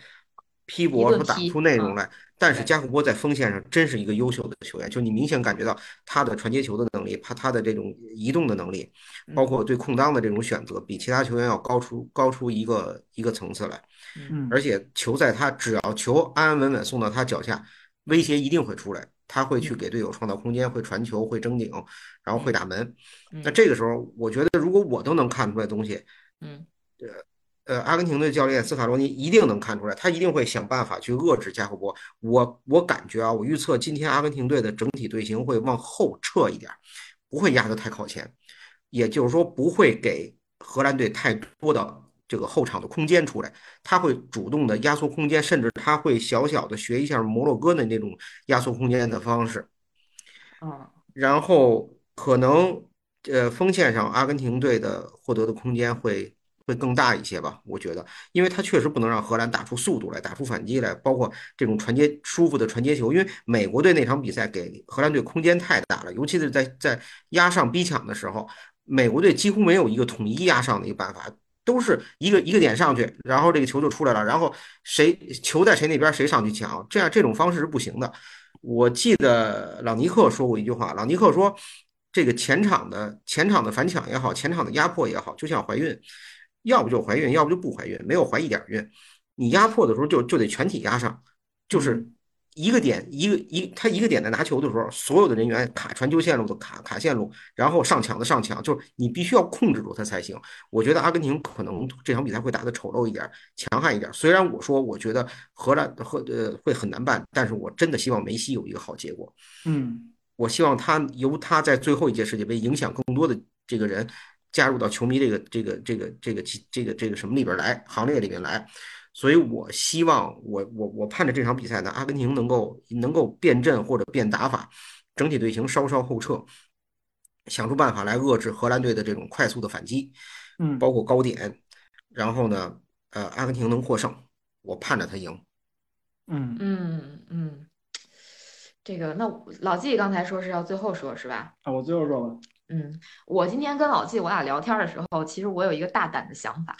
[SPEAKER 4] 批
[SPEAKER 1] 一
[SPEAKER 4] 驳
[SPEAKER 1] 顿
[SPEAKER 4] 说打不
[SPEAKER 1] 踢
[SPEAKER 4] 出内容
[SPEAKER 1] 嗯
[SPEAKER 4] 来，但是
[SPEAKER 1] 对
[SPEAKER 4] 加克波在锋线上真是一个优秀的球员，就你明显感觉到他的传接球的能力，他他的这种移动的能力，包
[SPEAKER 1] 嗯
[SPEAKER 4] 括对空当的这种选择，比其他球员要高出高出一个一个层次来。
[SPEAKER 1] 嗯
[SPEAKER 2] 嗯
[SPEAKER 4] 而且球在他只要球安安稳稳送到他脚下，威胁一定会出来，他会去
[SPEAKER 2] 嗯
[SPEAKER 4] 给队友创造空间，会传球，会争顶，然后会
[SPEAKER 1] 嗯
[SPEAKER 4] 打门。那
[SPEAKER 1] 嗯
[SPEAKER 4] 这个时候，我觉得如果我都能看出来东西，
[SPEAKER 1] 嗯
[SPEAKER 4] 呃，阿根廷的教练斯卡罗尼一定能看出来，他一定会想办法去遏制加克波。我我感觉啊，我预测今天阿根廷队的整体队形会往后撤一点儿，不会压得太靠前，也就是说不会给荷兰队太多的这个后场的空间出来，他会主动的压缩空间，甚至他会小小的学一下摩洛哥的那种压缩空间的方式。
[SPEAKER 1] 哦
[SPEAKER 4] 然后可能呃锋线上阿根廷队的获得的空间会会更大一些吧，我觉得，因为他确实不能让荷兰打出速度来，打出反击来，包括这种传接舒服的传接球，因为美国队那场比赛给荷兰队空间太大了，尤其是在在压上逼抢的时候，美国队几乎没有一个统一压上的一个办法。都是一个一个点上去，然后这个球就出来了，然后谁球在谁那边，谁上去抢，这样这种方式是不行的。我记得朗尼克说过一句话，朗尼克说，这个前场的前场的反抢也好，前场的压迫也好，就像怀孕，要不就怀孕，要不就不怀孕，没有怀一点儿孕。你压迫的时候就就得全体压上，就是
[SPEAKER 2] 嗯
[SPEAKER 4] 一个点一个一他一个点在拿球的时候，所有的人员卡传球线路的卡卡线路，然后上抢的上抢，就是你必须要控制住他才行。我觉得阿根廷可能这场比赛会打得丑陋一点，强悍一点。虽然我说我觉得荷兰和呃会很难办，但是我真的希望梅西有一个好结果。
[SPEAKER 2] 嗯
[SPEAKER 4] 我希望他由他在最后一届世界杯影响更多的这个人加入到球迷这个这个这个这个这个这个这个什么里边来行列里边来。所以我希望我我我盼着这场比赛呢，阿根廷能够能够变阵或者变打法，整体队形稍稍后撤，想出办法来遏制荷兰队的这种快速的反击，包
[SPEAKER 2] 嗯
[SPEAKER 4] 括高点。然后呢，呃，阿根廷能获胜，我盼着他赢。
[SPEAKER 2] 嗯，
[SPEAKER 1] 嗯嗯，这个那我老纪刚才说是要最后说是吧？
[SPEAKER 2] 啊，我最后说吧，
[SPEAKER 1] 嗯，我今天跟老纪我俩聊天的时候，其实我有一个大胆的想法，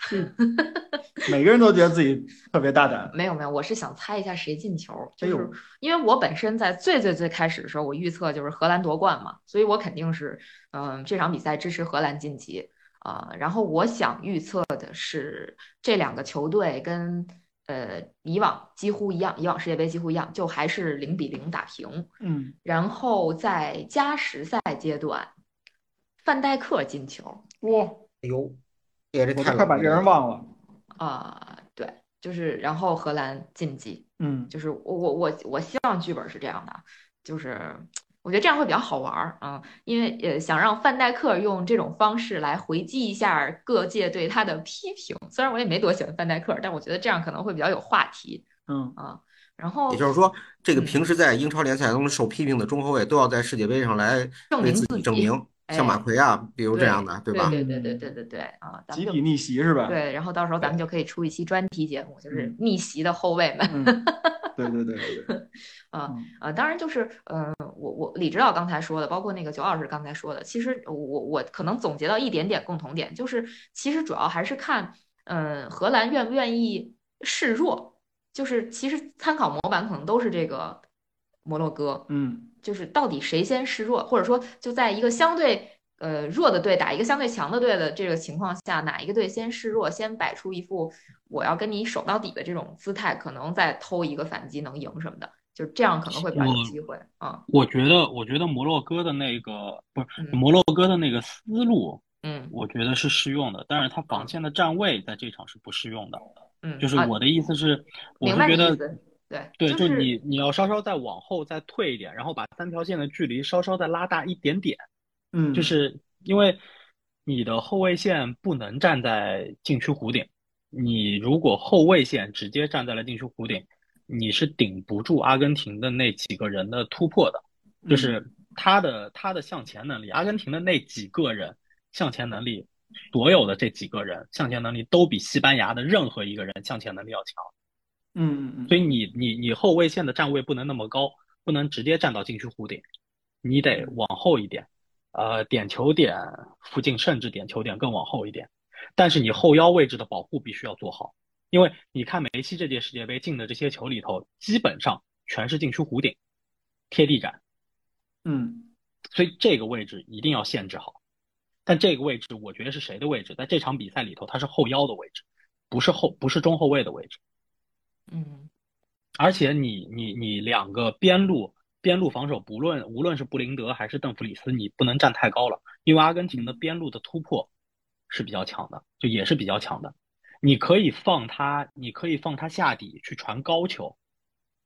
[SPEAKER 2] 每个人都觉得自己特别大胆，
[SPEAKER 1] 没有没有，我是想猜一下谁进球， 就
[SPEAKER 2] 哎呦
[SPEAKER 1] 是因为我本身在最最最开始的时候，我预测就是荷兰夺冠嘛，所以我肯定是嗯、这场比赛支持荷兰晋级啊、然后我想预测的是这两个球队跟呃以往几乎一样，以往世界杯几乎一样，就还是零比零打平，
[SPEAKER 2] 嗯
[SPEAKER 1] 然后在加时赛阶段，范戴克进球。
[SPEAKER 2] 哇，
[SPEAKER 4] 哎呦，哎呀，这
[SPEAKER 2] 我
[SPEAKER 4] 太
[SPEAKER 2] 都快
[SPEAKER 4] 冷
[SPEAKER 2] 把
[SPEAKER 4] 门
[SPEAKER 2] 这人
[SPEAKER 4] 了。
[SPEAKER 2] 忘了，
[SPEAKER 1] 啊，对，就是然后荷兰晋级，
[SPEAKER 2] 嗯
[SPEAKER 1] 就是我我我我希望剧本是这样的，就是我觉得这样会比较好玩儿啊，因为呃想让范戴克用这种方式来回击一下儿各界对他的批评，虽然我也没多喜欢范戴克，但我觉得这样可能会比较有话题
[SPEAKER 2] 嗯
[SPEAKER 1] 啊。然后
[SPEAKER 4] 也就是说，这个
[SPEAKER 1] 嗯
[SPEAKER 4] 平时在英超联赛中受批评的中后卫，都要在世界杯上来
[SPEAKER 1] 证
[SPEAKER 4] 为
[SPEAKER 1] 明
[SPEAKER 4] 自
[SPEAKER 1] 自
[SPEAKER 4] 己证
[SPEAKER 1] 己，
[SPEAKER 4] 明，像马
[SPEAKER 1] 哎，
[SPEAKER 4] 奎啊，比如这样
[SPEAKER 1] 对
[SPEAKER 4] 的，对
[SPEAKER 1] 对
[SPEAKER 4] 吧？
[SPEAKER 1] 对对对对对对啊，咱
[SPEAKER 2] 集
[SPEAKER 1] 们就
[SPEAKER 2] 体逆袭是吧？
[SPEAKER 1] 对，然后到时候咱们
[SPEAKER 4] 对，
[SPEAKER 1] 就可以出一期专题节目，就是
[SPEAKER 2] 嗯
[SPEAKER 1] 逆袭的后卫们。
[SPEAKER 2] 嗯，对对对对对，
[SPEAKER 1] 啊
[SPEAKER 2] 嗯
[SPEAKER 1] 啊，当然就是呃，我我李指导刚才说的，包括那个九老师刚才说的，其实我我可能总结到一点点共同点，就是其实主要还是看，嗯，荷兰愿不愿意示弱，就是其实参考模板可能都是这个摩洛哥，
[SPEAKER 2] 嗯
[SPEAKER 1] 就是到底谁先示弱，或者说就在一个相对呃弱的队打一个相对强的队的这个情况下，哪一个队先示弱，先摆出一副我要跟你守到底的这种姿态，可能再偷一个反击能赢什么的，就这样可能会比较有
[SPEAKER 3] 我
[SPEAKER 1] 机会啊。
[SPEAKER 3] 我觉得，我觉得摩洛哥的那个不是
[SPEAKER 1] 嗯
[SPEAKER 3] 摩洛哥的那个思路，
[SPEAKER 1] 嗯
[SPEAKER 3] 我觉得是适用的，但是他防
[SPEAKER 1] 啊
[SPEAKER 3] 线的站位在这场是不适用的。就
[SPEAKER 1] 嗯
[SPEAKER 3] 是
[SPEAKER 1] 啊，
[SPEAKER 3] 我的意思是，我
[SPEAKER 1] 明
[SPEAKER 3] 是
[SPEAKER 1] 白
[SPEAKER 3] 觉
[SPEAKER 1] 你意
[SPEAKER 3] 得，
[SPEAKER 1] 思，对，
[SPEAKER 3] 对，
[SPEAKER 1] 就
[SPEAKER 3] 就是你你要稍稍再往后再退一点，然后把三条线的距离稍稍再拉大一点点，就
[SPEAKER 2] 嗯
[SPEAKER 3] 是因为你的后卫线不能站在禁区弧顶，你如果后卫线直接站在了禁区弧顶，你是顶不住阿根廷的那几个人的突破的，
[SPEAKER 2] 嗯
[SPEAKER 3] 就是他的他的向前能力，阿根廷的那几个人向前能力所有的这几个人向前能力都比西班牙的任何一个人向前能力要强。
[SPEAKER 2] 嗯嗯嗯，
[SPEAKER 3] 所以你你你后卫线的站位不能那么高，不能直接站到禁区弧顶，你得往后一点，呃，点球点附近，甚至点球点更往后一点。但是你后腰位置的保护必须要做好，因为你看梅西这届世界杯进的这些球里头，基本上全是禁区弧顶、贴地斩，
[SPEAKER 2] 嗯
[SPEAKER 3] 所以这个位置一定要限制好。但这个位置我觉得是谁的位置？在这场比赛里头，他是后腰的位置，不是后不是中后卫的位置。
[SPEAKER 1] 嗯
[SPEAKER 3] 而且你你你两个边路边路防守，不论无论是布林德还是邓弗里斯，你不能站太高了，因为阿根廷的边路的突破是比较强的，就也是比较强的。你可以放他，你可以放他下底去传高球，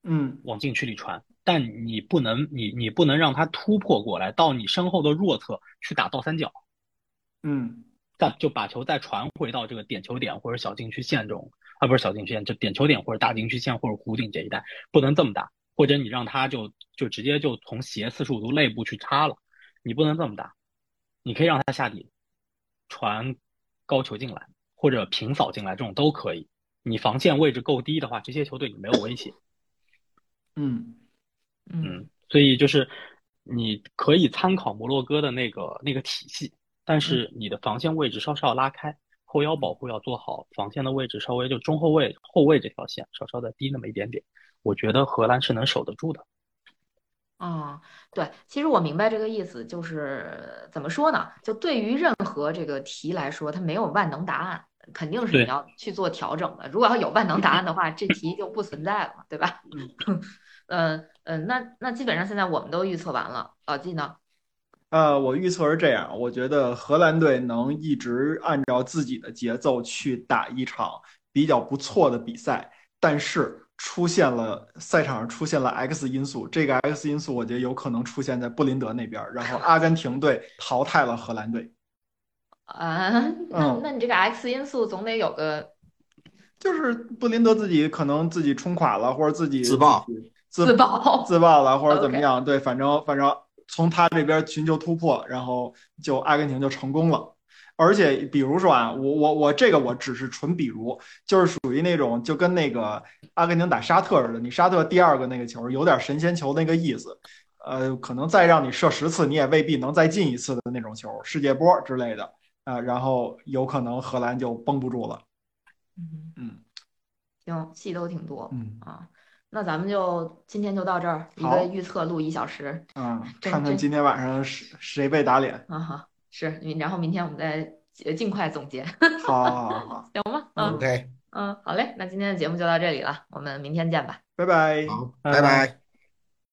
[SPEAKER 2] 嗯
[SPEAKER 3] 往禁区里传，但你不能你你不能让他突破过来到你身后的弱侧去打倒三角，
[SPEAKER 2] 嗯
[SPEAKER 3] 再就把球再传回到这个点球点或者小禁区线中，啊，不是小禁区线，就点球点或者大禁区线或者弧顶这一带，不能这么打，或者你让他就就直接就从斜四十五度内部去插了，你不能这么打，你可以让他下底传高球进来或者平扫进来，这种都可以。你防线位置够低的话，这些球对你没有威胁。
[SPEAKER 2] 嗯
[SPEAKER 1] 嗯
[SPEAKER 3] 嗯，所以就是你可以参考摩洛哥的那个那个体系，但是你的防线位置稍稍要拉开，后腰保护要做好，防线的位置稍微就中后卫后卫这条线稍稍再低那么一点点，我觉得荷兰是能守得住的。
[SPEAKER 1] 啊，对，其实我明白这个意思，就是怎么说呢？就对于任何这个题来说，它没有万能答案，肯定是你
[SPEAKER 3] 对
[SPEAKER 1] 要去做调整的。如果要有万能答案的话，这题就不存在了嘛，对吧？嗯 嗯、呃那那基本上现在我们都预测完了，老纪呢？
[SPEAKER 2] 呃，我预测是这样，我觉得荷兰队能一直按照自己的节奏去打一场比较不错的比赛，但是出现了赛场上出现了 X 因素，这个 X 因素我觉得有可能出现在布林德那边，然后阿根廷队淘汰了荷兰队。
[SPEAKER 1] 啊， 那
[SPEAKER 2] 嗯
[SPEAKER 1] 那你这个 X 因素总得有 个
[SPEAKER 2] 就是布林德自己可能自己冲垮了，或者自己
[SPEAKER 4] 自爆、
[SPEAKER 2] 自
[SPEAKER 1] 自爆，
[SPEAKER 2] 自爆了，或者怎么样？对，反正反正从他这边寻求突破，然后就阿根廷就成功了。而且比如说啊，我我我这个我只是纯比如，就是属于那种就跟那个阿根廷打沙特似的，你沙特第二个那个球有点神仙球那个意思，呃，可能再让你射十次，你也未必能再进一次的那种球，世界波之类的啊、然后有可能荷兰就绷不住了，
[SPEAKER 1] 嗯，
[SPEAKER 2] 嗯
[SPEAKER 1] 行，戏都挺多
[SPEAKER 2] 嗯
[SPEAKER 1] 啊。那咱们就今天就到这儿，一
[SPEAKER 2] 好
[SPEAKER 1] 个预测录一小时。
[SPEAKER 2] 嗯，
[SPEAKER 1] 真
[SPEAKER 2] 看看
[SPEAKER 1] 真
[SPEAKER 2] 今天晚上谁谁被打脸。
[SPEAKER 1] 啊哈，是，然后明天我们再呃尽快总结，
[SPEAKER 2] 好，好，好，好，
[SPEAKER 1] 行吗？
[SPEAKER 2] 嗯
[SPEAKER 1] 嗯
[SPEAKER 4] OK，
[SPEAKER 1] 嗯，好嘞，那今天的节目就到这里了，我们明天见吧。
[SPEAKER 2] 拜拜。
[SPEAKER 4] 好，
[SPEAKER 3] 拜
[SPEAKER 4] 拜
[SPEAKER 3] 拜
[SPEAKER 4] 拜